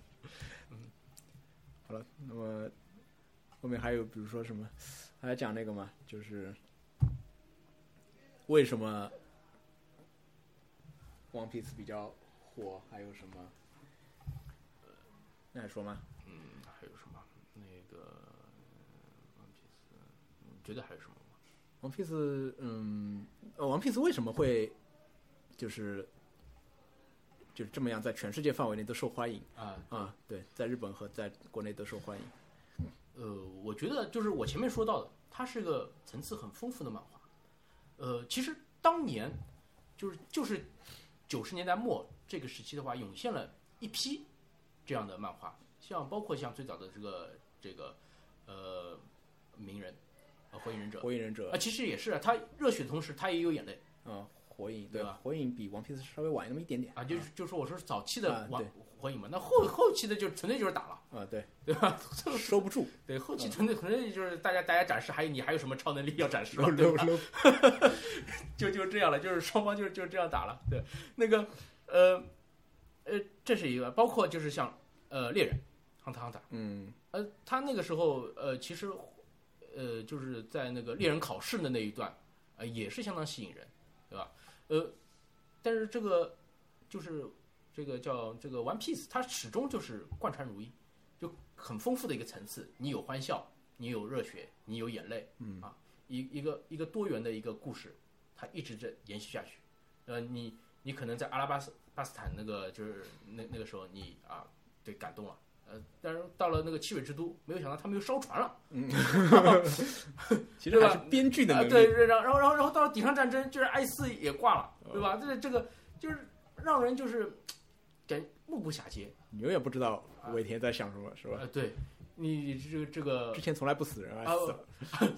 Speaker 2: 好了，那么后面还有比如说什么，还要讲那个嘛，就是为什么 One Piece 比较火，还有什么？呃那还说吗？
Speaker 1: 嗯，还有什么？那个《One Piece》，你觉得还有什么吗？
Speaker 2: 王 piece，嗯，呃，王 piece 为什么会就是就是这么样，在全世界范围内都受欢迎
Speaker 1: 啊，
Speaker 2: 啊？对，在日本和在国内都受欢迎。
Speaker 1: 呃，我觉得就是我前面说到的，它是个层次很丰富的漫画。呃，其实当年就是就是九十年代末这个时期的话，涌现了一批这样的漫画，像包括像最早的这个这个呃鸣人、呃火影忍者啊、
Speaker 2: 火影忍者
Speaker 1: 其实也是啊，它热血的同时，它也有眼泪
Speaker 2: 啊，火影
Speaker 1: 哎对吧
Speaker 2: 火影比王 piece 稍微晚那么一点点
Speaker 1: 啊，就是就说我说是早期
Speaker 2: 啊
Speaker 1: 的网
Speaker 2: 对
Speaker 1: 火影嘛，那后后期的就纯粹就是打了，
Speaker 2: 啊，对，
Speaker 1: 对吧？
Speaker 2: 收不 住，
Speaker 1: 对，后期纯粹纯粹就是大家大家展示，还有你还有什么超能力要展示
Speaker 2: 搂
Speaker 1: 了，对
Speaker 2: 搂
Speaker 1: 吧？
Speaker 2: 搂，
Speaker 1: 就就这样了，就是双方就是就这样打了。对，那个呃呃，这是一个，包括就是像呃猎人，亨特亨特，
Speaker 2: 嗯，
Speaker 1: 呃，他那个时候呃其实呃就是在那个猎人考试的那一段，呃也是相当吸引人，对吧？呃，但是这个就是这个叫这个 One Piece，它始终就是贯穿如一，就很丰富的一个层次，你有欢笑，你有热血，你有眼泪，嗯啊，一一个一个多元的一个故事，它一直在延续下去。呃，你你可能在阿拉巴斯巴斯坦那个就是那那个时候你啊对感动了。呃，但是到了那个汽水之都，没有想到他们又烧船了，
Speaker 2: 其实
Speaker 1: 对
Speaker 2: 还是
Speaker 1: 吧
Speaker 2: 编剧的
Speaker 1: 啊，
Speaker 2: 能力，
Speaker 1: 对，然后然后然后然后到了顶上战争，就是艾斯也挂了，对
Speaker 2: 哦
Speaker 1: 吧？这这个就是让人就是感目不暇接，
Speaker 2: 你永远不知道尾田在想什么，是吧？
Speaker 1: 呃，对你这个这个
Speaker 2: 之前从来不死人啊，
Speaker 1: 啊
Speaker 2: 死了，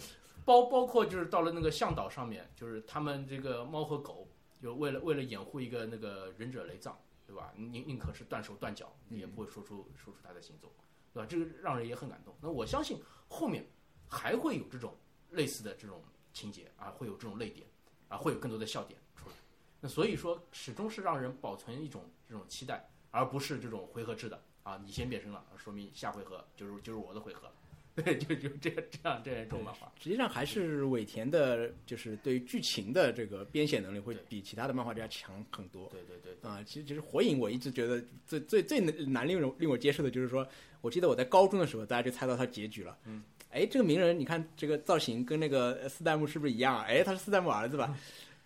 Speaker 1: 包包括就是到了那个向导上面，就是他们这个猫和狗，就为了为了掩护一个那个忍者雷藏，对吧？宁宁可是断手断脚，也不会说出说出他的行踪，对吧？这个让人也很感动。那我相信后面还会有这种类似的这种情节啊，会有这种泪点啊，会有更多的笑点出来。那所以说，始终是让人保存一种这种期待，而不是这种回合制的啊，你先变身了，说明下回合就是就是我的回合， 对，就就这样这样这样一种漫画。
Speaker 2: 实际上还是尾田的，就是对于剧情的这个编写能力会
Speaker 1: 对
Speaker 2: 比其他的漫画家强很多。
Speaker 1: 对对对，
Speaker 2: 啊，其实其实火影我一直觉得最最最难令我令我接受的就是说，我记得我在高中的时候，大家就猜到他结局了。
Speaker 1: 嗯，
Speaker 2: 哎，这个鸣人，你看这个造型跟那个呃四代目是不是一样啊？哎，他是四代目儿子吧？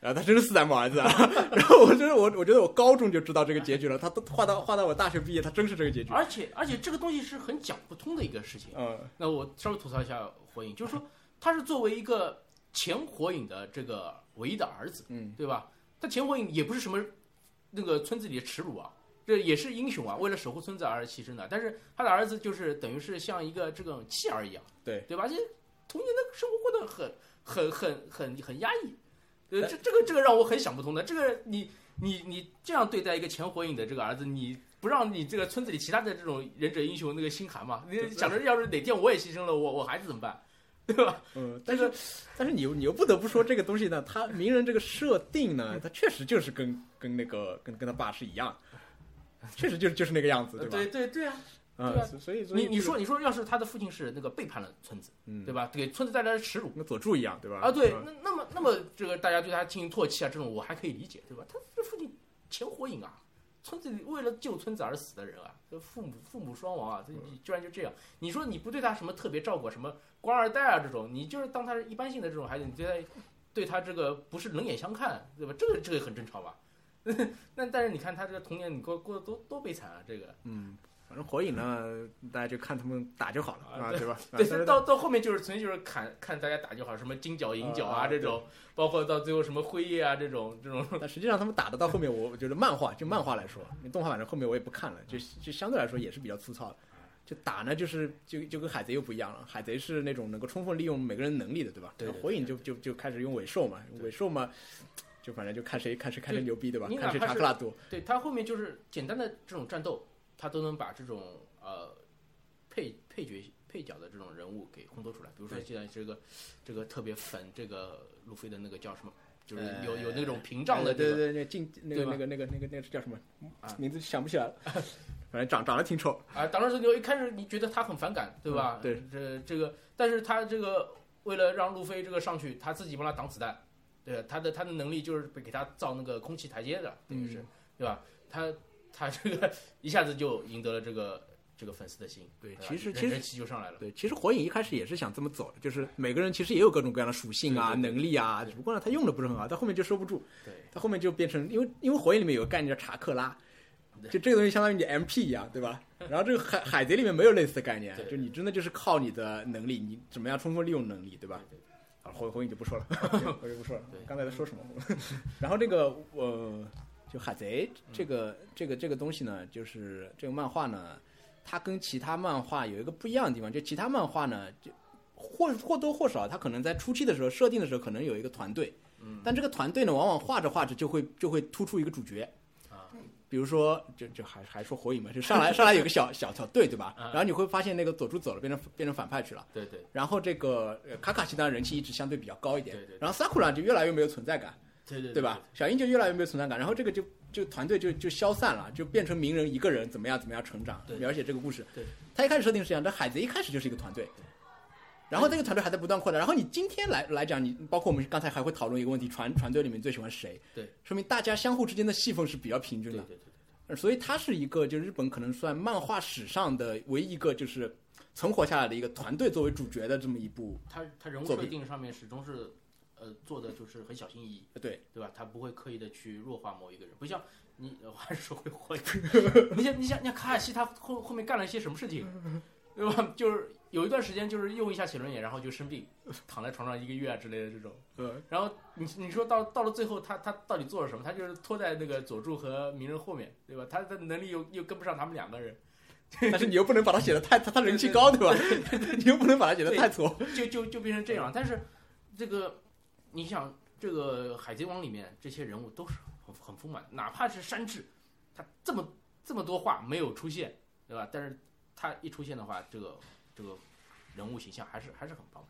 Speaker 2: 然后他真是四代目儿子啊！ 然后我就是我，我觉得我高中就知道这个结局了。他都画到画到我大学毕业，他真是这个结局。
Speaker 1: 而且而且这个东西是很讲不通的一个事情。
Speaker 2: 嗯，
Speaker 1: 那我稍微吐槽一下火影，就是说他是作为一个前火影的这个唯一的儿子，
Speaker 2: 嗯，
Speaker 1: 对吧？他前火影也不是什么那个村子里的耻辱啊，这也是英雄啊，为了守护村子而牺牲的。但是他的儿子就是等于是像一个这种弃儿一样，
Speaker 2: 对
Speaker 1: 对吧？这童年的生活过得很很很很很压抑，呃，这这个这个让我很想不通的。这个你你你这样对待一个前火影的这个儿子，你不让你这个村子里其他的这种忍者英雄那个心寒嘛？你
Speaker 2: 对
Speaker 1: 想着要是哪天我也牺牲了，我我孩子怎么办？对吧？
Speaker 2: 嗯，但是但是你又你又不得不说这个东西呢，他鸣人这个设定呢，他确实就是跟跟那个跟跟他爸是一 样，确实就是就是那个样子，对吧？
Speaker 1: 对对对啊！
Speaker 2: 嗯
Speaker 1: 对啊
Speaker 2: 所以所以
Speaker 1: 你你
Speaker 2: 这个
Speaker 1: 说你说，要是他的父亲是那个背叛了村子，
Speaker 2: 嗯
Speaker 1: 对吧？给村子带来了耻辱
Speaker 2: 跟佐助一样，对吧？
Speaker 1: 啊！对，
Speaker 2: 嗯
Speaker 1: 那那么那么这个大家对他进行唾弃啊，这种我还可以理解，对吧？他这父亲前火影啊，村子里为了救村子而死的人啊，这父母父母双亡啊，这你居然就这样？你说你不对他什么特别照顾啊，什么官二代啊这种，你就是当他是一般性的这种孩子，你对他对他这个不是冷眼相看，对吧？这个这个很正常吧？ 那但是你看他这个童年，你过过得多多悲惨啊！这个
Speaker 2: 嗯，反正火影呢，大家就看他们打就好了
Speaker 1: 啊
Speaker 2: 啊，对吧？啊
Speaker 1: 对，
Speaker 2: 但是
Speaker 1: 到到后面就是纯粹就是砍看大家打就好，什么金角银角
Speaker 2: 啊
Speaker 1: 啊这种，包括到最后什么辉夜啊这种这种，
Speaker 2: 但实际上他们打的到后面，我我觉得漫画就漫画来
Speaker 1: 啊
Speaker 2: 说，动画反正后面我也不看了，就就相对来说也是比较粗糙的。就打呢，就是就就跟海贼又不一样了，海贼是那种能够充分利用每个人能力的，对吧？
Speaker 1: 对对对
Speaker 2: 火影就就就开始用尾兽嘛，
Speaker 1: 对
Speaker 2: 尾兽嘛，就反正就看谁看谁看谁
Speaker 1: 对
Speaker 2: 牛逼，对吧
Speaker 1: 你？哪
Speaker 2: 看谁
Speaker 1: 怕
Speaker 2: 查克
Speaker 1: 是
Speaker 2: 拉多，
Speaker 1: 对他后面就是简单的这种战斗，他都能把这种呃配配角配角的这种人物给烘托出来。比如说
Speaker 2: 对
Speaker 1: 现在这个这个特别粉这个路飞的那个叫什么，就是
Speaker 2: 呃
Speaker 1: 有有那种屏障的
Speaker 2: 对
Speaker 1: 这
Speaker 2: 哎对
Speaker 1: 个，
Speaker 2: 对，对进那个
Speaker 1: 对吧
Speaker 2: 那个那个那个那个叫什么
Speaker 1: 啊
Speaker 2: 名字想不起 来了，反正长长得挺丑，
Speaker 1: 啊，当然是牛一开始你觉得他很反感，对吧？
Speaker 2: 嗯对，
Speaker 1: 这这个，但是他这个为了让路飞这个上去，他自己帮他挡子弹，对，他的他的能力就是给他造那个空气台阶的，等
Speaker 2: 嗯
Speaker 1: 于是，对吧？他他这个一下子就赢得了这个这个粉丝的心，
Speaker 2: 对
Speaker 1: 吧
Speaker 2: 其实
Speaker 1: 人
Speaker 2: 其实
Speaker 1: 人气就上来了，
Speaker 2: 对，其实火影一开始也是想这么走的，就是每个人其实也有各种各样的属性啊、
Speaker 1: 对对对
Speaker 2: 能力啊，只不过呢，他用的不是很好，他后面就收不住，
Speaker 1: 对
Speaker 2: 他后面就变成，因为因为火影里面有个概念叫查克拉，
Speaker 1: 对
Speaker 2: 就这个东西相当于你 MP 一样，对吧？然后这个海海贼里面没有类似的概念
Speaker 1: 对，
Speaker 2: 就
Speaker 1: 对
Speaker 2: 你真的就是靠你的能力，你怎么样充分利用能力，对吧？
Speaker 1: 对
Speaker 2: 啊，火火影就不说了，我就不说了
Speaker 1: 对。
Speaker 2: 刚才在说什么？ 然后这个呃，就海贼
Speaker 1: 嗯
Speaker 2: 这个这个这个东西呢，就是这个漫画呢，它跟其他漫画有一个不一样的地方，就其他漫画呢，就或或多或少，它可能在初期的时候设定的时候，可能有一个团队，
Speaker 1: 嗯，
Speaker 2: 但这个团队呢，往往画着画着就会就会突出一个主角。
Speaker 1: 啊，
Speaker 2: 比如说，就就还还说火影嘛，就上来上来有 个小小小队，对吧？
Speaker 1: 嗯
Speaker 2: 然后你会发现那个佐助走了，变成变成反派去了。
Speaker 1: 对对
Speaker 2: 然后这个呃卡卡西当然人气一直相对比较高一点，
Speaker 1: 对对对
Speaker 2: 然后萨库拉就越来越没有存在感，
Speaker 1: 对对
Speaker 2: 对吧？？小樱就越来越没有存在感，然后这个就就团队就就消散了，就变成鸣人一个人怎么样怎么样成长，
Speaker 1: 对
Speaker 2: 描写这个故事。
Speaker 1: 对，
Speaker 2: 他一开始设定是这样，这海贼一开始就是一个团队。然后这个团队还在不断扩大，然后你今天来来讲，你包括我们刚才还会讨论一个问题，团团队里面最喜欢谁？
Speaker 1: 对，
Speaker 2: 说明大家相互之间的戏份是比较平
Speaker 1: 对
Speaker 2: 均
Speaker 1: 对
Speaker 2: 的呃
Speaker 1: 对。对。
Speaker 2: 所以它是一个，就日本可能算漫画史上的唯一一个，就是存活下来的一个团队作为主角的这么一部。
Speaker 1: 他他人物
Speaker 2: 作
Speaker 1: 设
Speaker 2: 品
Speaker 1: 定上面始终是，呃，做的就是很小心翼翼，
Speaker 2: 呃对
Speaker 1: 对吧？他不会刻意的去弱化某一个人，不像你， 我还是说回火影， 你想你想，你想卡卡西他后后面干了一些什么事情，对吧？就是有一段时间就是用一下写轮眼，然后就生病，躺在床上一个月啊之类的这种。
Speaker 2: 呃，
Speaker 1: 然后你你说到到了最后，他他到底做了什么？他就是拖在那个佐助和鸣人后面，对吧？他的能力又又跟不上他们两个人，
Speaker 2: 但是你又不能把它写的太，他他人气高，对吧？ 你又不能把它写的太挫。
Speaker 1: 就就就变成这样。但是这个，你想，这个《海贼王》里面这些人物都是很很丰满的，哪怕是山治，他这么这么多话没有出现，对吧？但是他一出现的话，这个这个人物形象还是还是很棒的。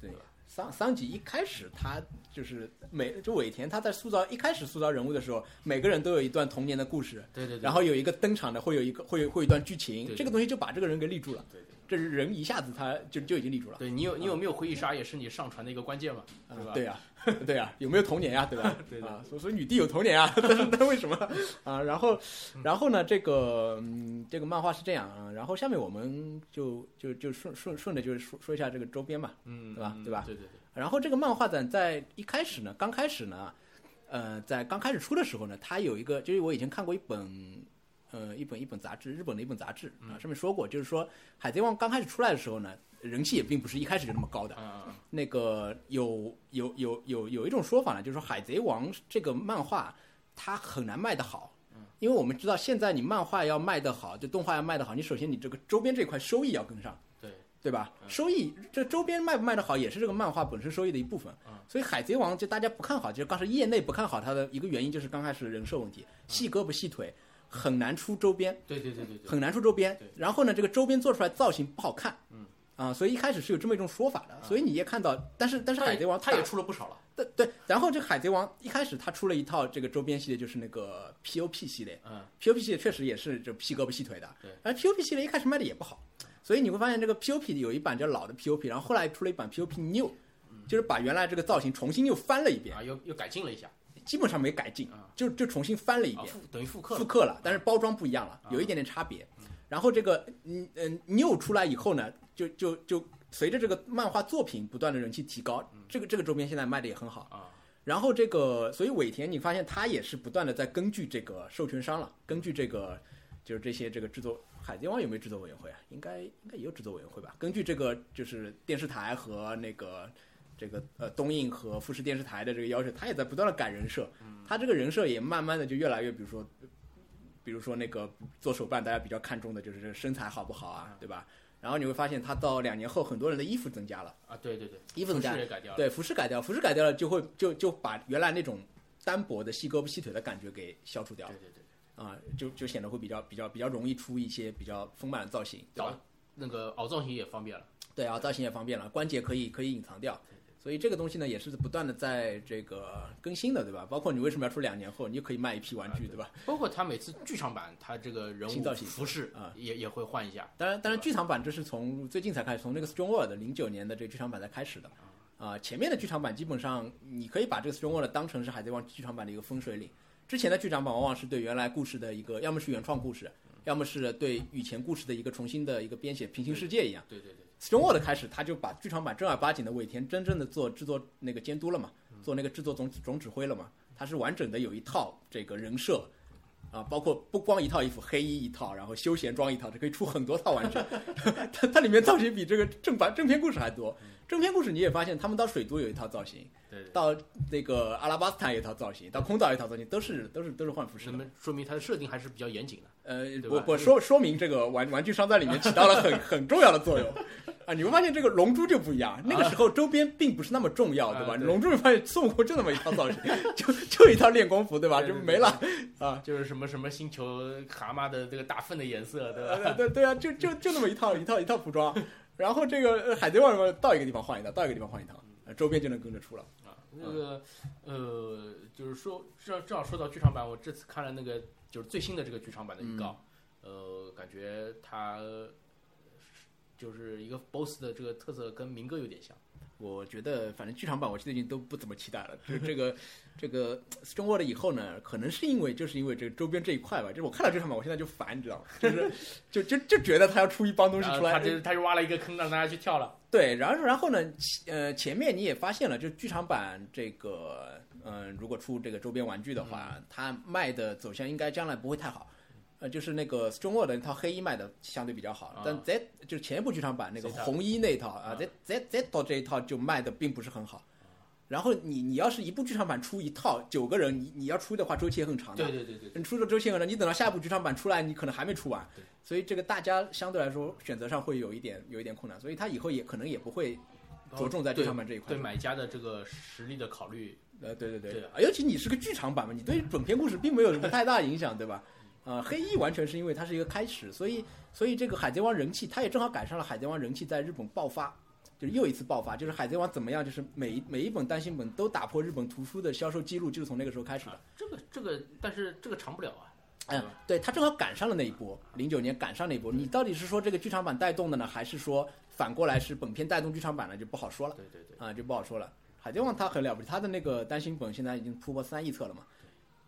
Speaker 2: 对
Speaker 1: 对吧
Speaker 2: 桑桑吉一开始他就是每就尾田他在塑造一开始塑造人物的时候，每个人都有一段童年的故事，
Speaker 1: 对对对，
Speaker 2: 然后有一个登场的，会有一个会有会有一段剧情，
Speaker 1: 对
Speaker 2: 这个东西就把这个人给立住了。
Speaker 1: 对对
Speaker 2: 这人一下子他就就已经立住了。
Speaker 1: 对，你有你有没有回忆杀，也是你上传的一个关键嘛，嗯
Speaker 2: 啊
Speaker 1: 对吧？
Speaker 2: 对啊， 对啊，有没有童年呀、对吧？
Speaker 1: 对的
Speaker 2: 啊，所以所以女帝有童年啊， 但是但为什么啊？然后然后呢，这个嗯，这个漫画是这样啊，然后下面我们就就就顺顺顺着就是说说一下这个周边吧。
Speaker 1: 嗯，
Speaker 2: 对吧
Speaker 1: 嗯
Speaker 2: 对吧
Speaker 1: 对对对，
Speaker 2: 然后这个漫画展在一开始呢，刚开始呢，呃，在刚开始出的时候呢，它有一个，就是我以前看过一本，呃，一本一本杂志，日本的一本杂志啊，上面说过，就是说《海贼王》刚开始出来的时候呢，人气也并不是一开始就那么高的。
Speaker 1: 嗯嗯
Speaker 2: 那个有有有有有一种说法呢，就是说《海贼王》这个漫画它很难卖得好。
Speaker 1: 嗯
Speaker 2: 因为我们知道，现在你漫画要卖得好，就动画要卖得好，你首先你这个周边这块收益要跟上。
Speaker 1: 对，
Speaker 2: 对吧？
Speaker 1: 嗯
Speaker 2: 收益这周边卖不卖得好，也是这个漫画本身收益的一部分
Speaker 1: 嗯。
Speaker 2: 所以《海贼王》就大家不看好，就是刚才业内不看好它的一个原因，就是刚开始人设问题，
Speaker 1: 嗯
Speaker 2: 细胳膊细腿，很难出周边，
Speaker 1: 对对对对对，
Speaker 2: 很难出周边
Speaker 1: 对。
Speaker 2: 然后呢，这个周边做出来造型不好看，
Speaker 1: 嗯
Speaker 2: 啊，所以一开始是有这么一种说法
Speaker 1: 嗯
Speaker 2: 的。所以你也看到，但是但是《
Speaker 1: 他
Speaker 2: 海
Speaker 1: 也
Speaker 2: 贼王》
Speaker 1: 他也出了不少了，
Speaker 2: 对对，然后这个《海贼王》一开始它出了一套这个周边系列，就是那个 POP 系列。
Speaker 1: 嗯，
Speaker 2: POP 系列确实也是就细胳膊细腿的，
Speaker 1: 对
Speaker 2: 而 POP 系列一开始卖的也不好，所以你会发现这个 POP 有一版叫老的 POP，然后后来出了一版 POP New，就是把原来这个造型重新又翻了一
Speaker 1: 嗯
Speaker 2: 遍，
Speaker 1: 啊，又又改进了一下，
Speaker 2: 基本上没改进
Speaker 1: 啊，
Speaker 2: 就就重新翻了一
Speaker 1: 啊
Speaker 2: 遍，
Speaker 1: 复等于复刻
Speaker 2: 复
Speaker 1: 了，
Speaker 2: 刻了，但是包装不一样了，
Speaker 1: 啊
Speaker 2: 有一点点差别。然后这个嗯嗯 New 出来以后呢，就就就随着这个漫画作品不断的人气提高，
Speaker 1: 嗯
Speaker 2: 这个这个周边现在卖的也很好。
Speaker 1: 啊，
Speaker 2: 然后这个，所以尾田你发现他也是不断的在根据这个授权商了，根据这个就是这些这个制作，海贼王有没有制作委员会啊？应该应该也有制作委员会吧？根据这个就是电视台和那个这个呃东映和富士电视台的这个要求，他也在不断的改人设，他这个人设也慢慢的就越来越，比如说比如说那个做手办，大家比较看重的就是这个身材好不好啊，对吧？然后你会发现，他到两年后，很多人的衣服增加了，
Speaker 1: 啊，对对对，
Speaker 2: 衣服增加
Speaker 1: 服饰也改掉了，
Speaker 2: 对，服饰改掉，服饰改掉了就会就就把原来那种单薄的细胳膊细腿的感觉给消除掉
Speaker 1: 对对对，
Speaker 2: 啊、就就显得会比较比较比较容易出一些比较丰满的造型，对吧
Speaker 1: 找？那个凹造型也方便了，
Speaker 2: 对啊，造型也方便了，关节可以可以隐藏掉，所以这个东西呢也是不断的在这个更新的，对吧？包括你为什么要出两年后，你就可以卖一批玩啊具，对吧？
Speaker 1: 包括他每次剧场版，他这个人
Speaker 2: 新
Speaker 1: 物
Speaker 2: 造型
Speaker 1: 服饰
Speaker 2: 啊
Speaker 1: 也也会换一下，
Speaker 2: 当然，当然，
Speaker 1: 对吧
Speaker 2: 剧场版这是从最近才开始，从那个 Strong World 零九年的这个剧场版才开始的。啊、前面的剧场版基本上你可以把这个 Strong World 当成是海贼王剧场版的一个分水岭。之前的剧场版往往是对原来故事的一个，要么是原创故事，
Speaker 1: 嗯
Speaker 2: 要么是对以前故事的一个重新的一个编写，平行世界一样。
Speaker 1: 对对对，
Speaker 2: Strong World 开始，他就把剧场版正儿八经的尾田真正的做制作那个监督了嘛，做那个制作总总指挥了嘛，他是完整的有一套这个人设。啊，包括不光一套衣服，黑衣一套，然后休闲装一套，这可以出很多套玩具。它它里面造型比这个正版正片故事还多。正片故事你也发现，他们到水都有一套造型，
Speaker 1: 对对对。
Speaker 2: 到那个阿拉巴斯坦有一套造型，到空岛有一套造型，都是都是都是换服饰
Speaker 1: 那
Speaker 2: 的。
Speaker 1: 么说明它的设定还是比较严谨的。
Speaker 2: 呃，
Speaker 1: 对
Speaker 2: 我
Speaker 1: 吧
Speaker 2: 我
Speaker 1: 这个
Speaker 2: 说说明这个玩玩具商在里面起到 了很很重要的作用啊！你会发现这个龙珠就不一样，那个时候周边并不是那么重要，
Speaker 1: 啊
Speaker 2: 对吧？
Speaker 1: 对
Speaker 2: 龙珠你发现孙悟空就那么一套造型，就就一套练功服，对吧？
Speaker 1: 对
Speaker 2: 就
Speaker 1: 对对
Speaker 2: 没了啊！
Speaker 1: 就是什么什么星球蛤蟆的这个大粪的颜色，对吧？
Speaker 2: 呃 对对啊，就就就那么一套一套一套服装，然后这个呃海贼王什么到一个地方换一套，到一个地方换一套，呃周边就能跟着出了。
Speaker 1: 啊，那个呃，就是说，正正好说到剧场版，我这次看了那个就是最新的这个剧场版的预告，
Speaker 2: 嗯
Speaker 1: 呃，感觉它就是一个 BOSS 的这个特色跟民歌有点像。
Speaker 2: 我觉得反正剧场版我最近都不怎么期待了。就是这个这个 Strong World 以后呢，可能是因为就是因为这个周边这一块吧，就是我看到剧场版，我现在就烦，你知道吗？就是就就就觉得他要出一帮东西
Speaker 1: 然后
Speaker 2: 出
Speaker 1: 他
Speaker 2: 来，
Speaker 1: 这他就挖了一个坑让大家去跳了。
Speaker 2: 对，然后然后呢，其呃，前面你也发现了，就剧场版这个，嗯、如果出这个周边玩具的话，
Speaker 1: 嗯
Speaker 2: 它卖的走向应该将来不会太好。呃，就是那个 Strong World 的那套黑衣卖的相对比较好，
Speaker 1: 啊
Speaker 2: 但 Z 就是前一部剧场版那个
Speaker 1: Z 套
Speaker 2: 红衣那一套啊
Speaker 1: 啊
Speaker 2: ，Z Z Z 套这一套就卖的并不是很好。然后你你要是一部剧场版出一套九个人，你你要出的话周期也很长的
Speaker 1: 对，对对对，
Speaker 2: 你出了周期很长，你等到下一部剧场版出来，你可能还没出完
Speaker 1: 对，
Speaker 2: 所以这个大家相对来说选择上会有一点有一点困难，所以他以后也可能也不会着重在剧场版这一块
Speaker 1: 对。买家的这个实力的考虑，
Speaker 2: 呃，对对
Speaker 1: 对
Speaker 2: 对
Speaker 1: 的，
Speaker 2: 尤其你是个剧场版嘛，你对本片故事并没有什么太大影响，对吧？呃，黑衣完全是因为它是一个开始，所以所以这个海贼王人气，它也正好赶上了海贼王人气在日本爆发，就是又一次爆发，就是海贼王怎么样，就是每一每一本单行本都打破日本图书的销售记录，就是从那个时候开始的。
Speaker 1: 这个这个，但是这个长不了啊。
Speaker 2: 哎
Speaker 1: 对吧，
Speaker 2: 对，它正好赶上了那一波，零九年赶上那一波。你到底是说这个剧场版带动的呢，还是说反过来是本片带动剧场版呢？就不好说了。
Speaker 1: 对对对，
Speaker 2: 啊，就不好说了。海贼王它很了不起，它的那个单行本现在已经突破三亿册了嘛，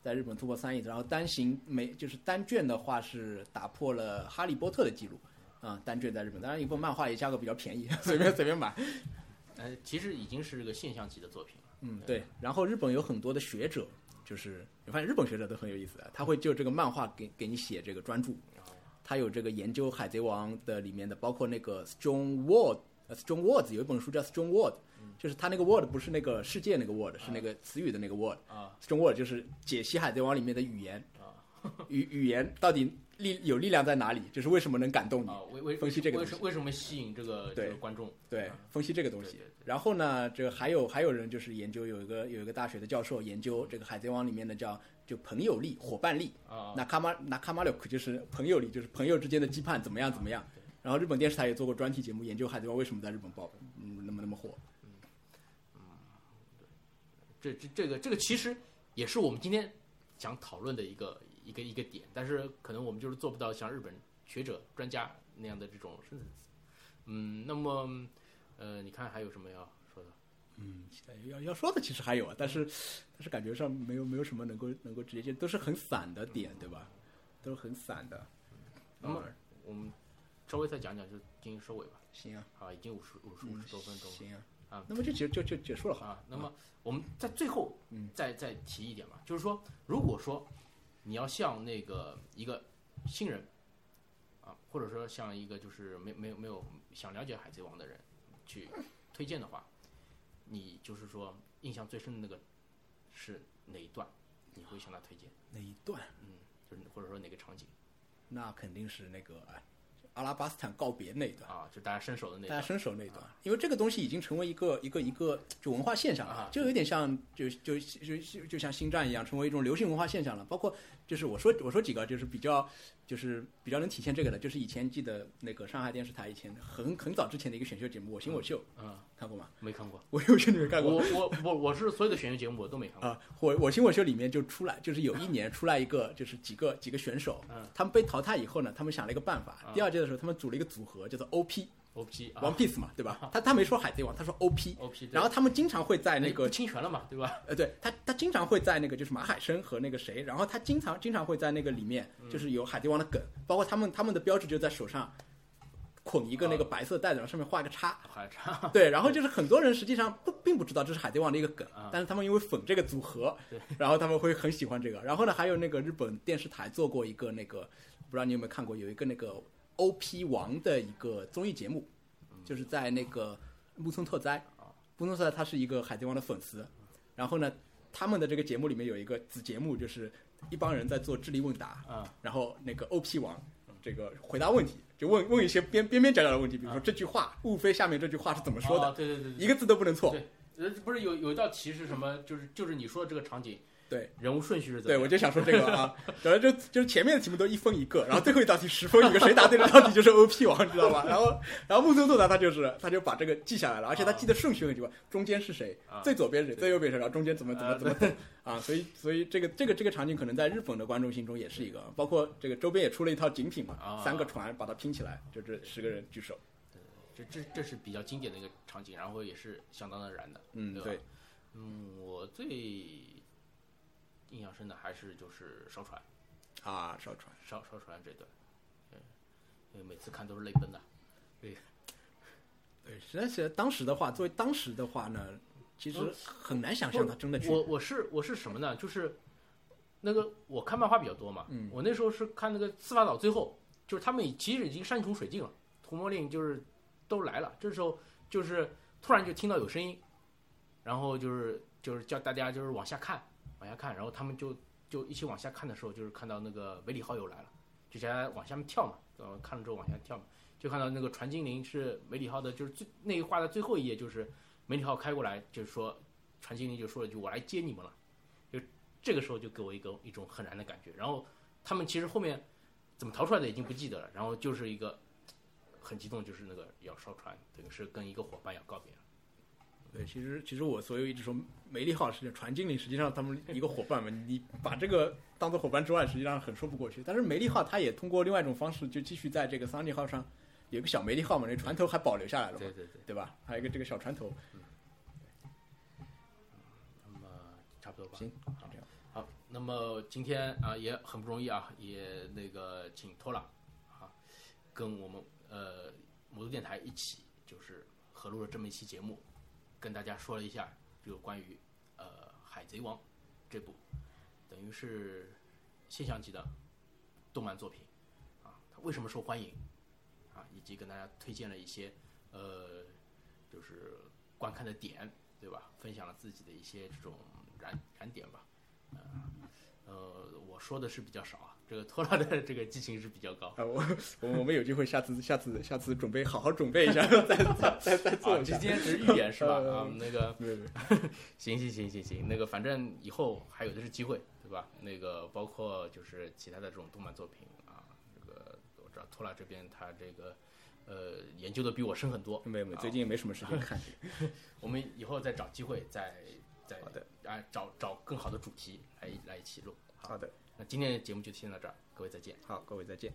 Speaker 2: 在日本突破三亿册，然后单行每就是单卷的话是打破了哈利波特的记录。啊，单卷在日本，当然一部漫画也价格比较便宜， 随便随便买。
Speaker 1: 呃，其实已经是个现象级的作品了。
Speaker 2: 嗯，对。然后日本有很多的学者，就是你发现日本学者都很有意思的，啊他会就这个漫画给给你写这个专著，他有这个研究《海贼王》的里面的，包括那个 Strong World，呃，Strong Words 有一本书叫 Strong World，就是他那个 World 不是那个世界那个 World，是那个词语的那个 World。
Speaker 1: 啊
Speaker 2: Strong World 就是解析《海贼王》里面的语言，语语言到底力有力量在哪里，就是为什么能感动你。
Speaker 1: 啊，为为
Speaker 2: 嗯分析这个
Speaker 1: 为
Speaker 2: 东
Speaker 1: 什为什么吸引这个
Speaker 2: 对
Speaker 1: 这个观众？
Speaker 2: 对，分析这个东西
Speaker 1: 对对对。
Speaker 2: 然后呢，这个还有还有人就是研究有一个有一个大学的教授研究这个《海贼王》里面的叫就朋友力、伙伴力。
Speaker 1: 啊，
Speaker 2: 那卡马那卡马六克就是朋友力，就是朋友之间的羁绊怎么样怎么
Speaker 1: 啊
Speaker 2: 样。然后日本电视台也做过专题节目，研究《海贼王》为什么在日本爆，嗯，那么那么火。
Speaker 1: 这这这个这个其实也是我们今天想讨论的一个一个一个点，但是可能我们就是做不到像日本学者专家那样的这种深层次。嗯，那么呃，你看还有什么要说的？嗯
Speaker 2: 嗯要要说的其实还有啊，但是但是感觉上没有没有什么能够能够直接接，都是很散的点，对吧？都是很散的。嗯
Speaker 1: 那么我们稍微再讲讲，就进行收尾吧。
Speaker 2: 行啊，
Speaker 1: 啊，已经五十五十五
Speaker 2: 嗯
Speaker 1: 十多分钟了。
Speaker 2: 行啊，
Speaker 1: 啊
Speaker 2: 那么就结就就结束了哈。
Speaker 1: 啊，那么我们在最后，
Speaker 2: 嗯，
Speaker 1: 再再提一点吧，就是说，如果说你要像那个一个新人啊，或者说像一个就是没没有没有想了解海贼王的人去推荐的话，你就是说印象最深的那个是哪一段，你会向他推荐，
Speaker 2: 那一段，
Speaker 1: 就是或者说哪个场景
Speaker 2: 那肯定是那个哎阿拉巴斯坦告别那一段，
Speaker 1: 啊，就大家伸手的那
Speaker 2: 大家
Speaker 1: 段
Speaker 2: 伸手那一段，因为这个东西已经成为一个一个一个就文化现象了
Speaker 1: 啊，
Speaker 2: 就有点像就就就就就像星战一样，成为一种流行文化现象了。包括就是我说我说几个就是比较就是比较能体现这个的，就是以前记得那个上海电视台以前很很早之前的一个选秀节目《我型我秀》，
Speaker 1: 嗯，
Speaker 2: 看过吗？
Speaker 1: 没看过，
Speaker 2: 我有秀你们看过吗？
Speaker 1: 我我我我是所有的选秀节目我都没看过，
Speaker 2: 啊，我我新闻秀里面就出来，就是有一年出来一个，就是几个几个选手，
Speaker 1: 嗯
Speaker 2: 他们被淘汰以后呢，他们想了一个办法，第二届的时候他们组了一个组合，叫做 OP
Speaker 1: OP 嗯啊
Speaker 2: One Piece 嘛，对吧？他他没说海贼王，他说 OP，
Speaker 1: OP，对哎
Speaker 2: 然后他们经常会哎在那
Speaker 1: 你不
Speaker 2: 个
Speaker 1: 侵权了嘛，对 吧？
Speaker 2: 呃，对他他经常会在那个就是马海生和那个谁，然后他经常经常会在那个里面
Speaker 1: 嗯
Speaker 2: 就是有海贼王的梗，包括他们他们的标志就在手上捆一个
Speaker 1: 啊
Speaker 2: 那个白色袋子，然后上面画个叉，
Speaker 1: 还差
Speaker 2: 对，然后就是很多人实际上不并不知道这是海贼王的一个梗，但是他们因为粉这个组合，然后他们会很喜欢这个。然后呢，还有那个日本电视台做过一个那个，不知道你有没有看过，有一个那个 OP 王的一个综艺节目，就是在那个木村拓哉，木村拓哉他是一个海贼王的粉丝，然后呢，他们的这个节目里面有一个子节目，就是一帮人在做智力问答，
Speaker 1: 啊，
Speaker 2: 然后那个 OP 王这个回答问题，就问问一些边边边角角的问题，比如说这句话，物非下面这句话是怎么说的，
Speaker 1: 哦对对对对。
Speaker 2: 一个字都不能错。
Speaker 1: 对，呃，不是有有一道题是什么？就是就是你说的这个场景，
Speaker 2: 对，
Speaker 1: 人物顺序是怎么
Speaker 2: 对，
Speaker 1: 样？
Speaker 2: 我就想说这个啊，然后就就是前面的题目都一分一个，然后最后一道题十分一个，谁答对这道题就是 OP 王，知道吧？然后然后木村拓哉他就是他就把这个记下来了，而且他记得顺序很奇怪，中间是谁，
Speaker 1: 啊
Speaker 2: 最左边是谁，最右边是谁，然后中间怎么怎么
Speaker 1: 啊
Speaker 2: 怎么怎么啊，所以所以这个这个这个场景可能在日本的观众心中也是一个，包括这个周边也出了一套精品嘛
Speaker 1: 啊，
Speaker 2: 三个船把它拼起来，就这十个人举手，
Speaker 1: 这这这是比较经典的一个场景，然后也是相当的燃的，
Speaker 2: 嗯，
Speaker 1: 对吧
Speaker 2: 对，
Speaker 1: 嗯，我最印象深的还是就是烧船，
Speaker 2: 啊，烧船。
Speaker 1: 烧烧船这段，嗯，因为每次看都是泪奔的。
Speaker 2: 对，实在是当时的话，作为当时的话呢，其实很难想象他真的去
Speaker 1: 嗯我我是我是什么呢？就是那个我看漫画比较多嘛，我那时候是看那个司法岛最后，就是他们已其实已经山穷水尽了，屠魔令就是都来了，这时候就是突然就听到有声音，然后就是就是叫大家就是往下看，往下看，然后他们就就一起往下看的时候，就是看到那个维里号又来了，就大家往下面跳嘛，呃，看了之后往下跳嘛，就看到那个船精灵是维里号的，就是最那一话的最后一页，就是维里号开过来，就是说船精灵就说了一句：“我来接你们了。”就这个时候就给我一个一种很燃的感觉。然后他们其实后面怎么逃出来的已经不记得了，然后就是一个很激动，就是那个要烧船，等于是跟一个伙伴要告别了。
Speaker 2: 对，其实其实我所有一直说梅利号事件，船经理实际上他们一个伙伴嘛，你把这个当做伙伴之外，实际上很说不过去。但是梅利号他也通过另外一种方式，就继续在这个桑利号上有个小梅利号嘛，那船头还保留下来了嘛，
Speaker 1: 对对对，
Speaker 2: 对吧？还有一个这个小船头，
Speaker 1: 那么嗯差不多吧。
Speaker 2: 行，就这样。
Speaker 1: 好，那么今天啊也很不容易啊，也那个请托拉啊，跟我们呃魔都电台一起就是合录了这么一期节目，跟大家说了一下有关于呃《海贼王》这部等于是现象级的动漫作品啊，它为什么受欢迎啊，以及跟大家推荐了一些呃就是观看的点，对吧？分享了自己的一些这种燃燃点吧。呃，我说的是比较少啊，这个托拉的这个激情是比较高。
Speaker 2: 啊，我我我们有机会下次下次下次准备好好准备 一下，再再再再做
Speaker 1: 啊，
Speaker 2: 一
Speaker 1: 这
Speaker 2: 下。
Speaker 1: 今天只是预演是 吧？
Speaker 2: 呃
Speaker 1: 啊，那个
Speaker 2: 对对，
Speaker 1: 行行行行行，那个反正以后还有的是机会，对吧？那个包括就是其他的这种动漫作品啊，这个我知道托拉这边他这个呃研究的比我深很多，
Speaker 2: 没有没有，
Speaker 1: 啊
Speaker 2: 最近也没什么时间看。
Speaker 1: 我们以后再找机会再再
Speaker 2: 好的
Speaker 1: 啊找找更好的主题来来一起录。
Speaker 2: 好的，
Speaker 1: 那今天的节目就先到这儿，各位再见。
Speaker 2: 好，各位再见。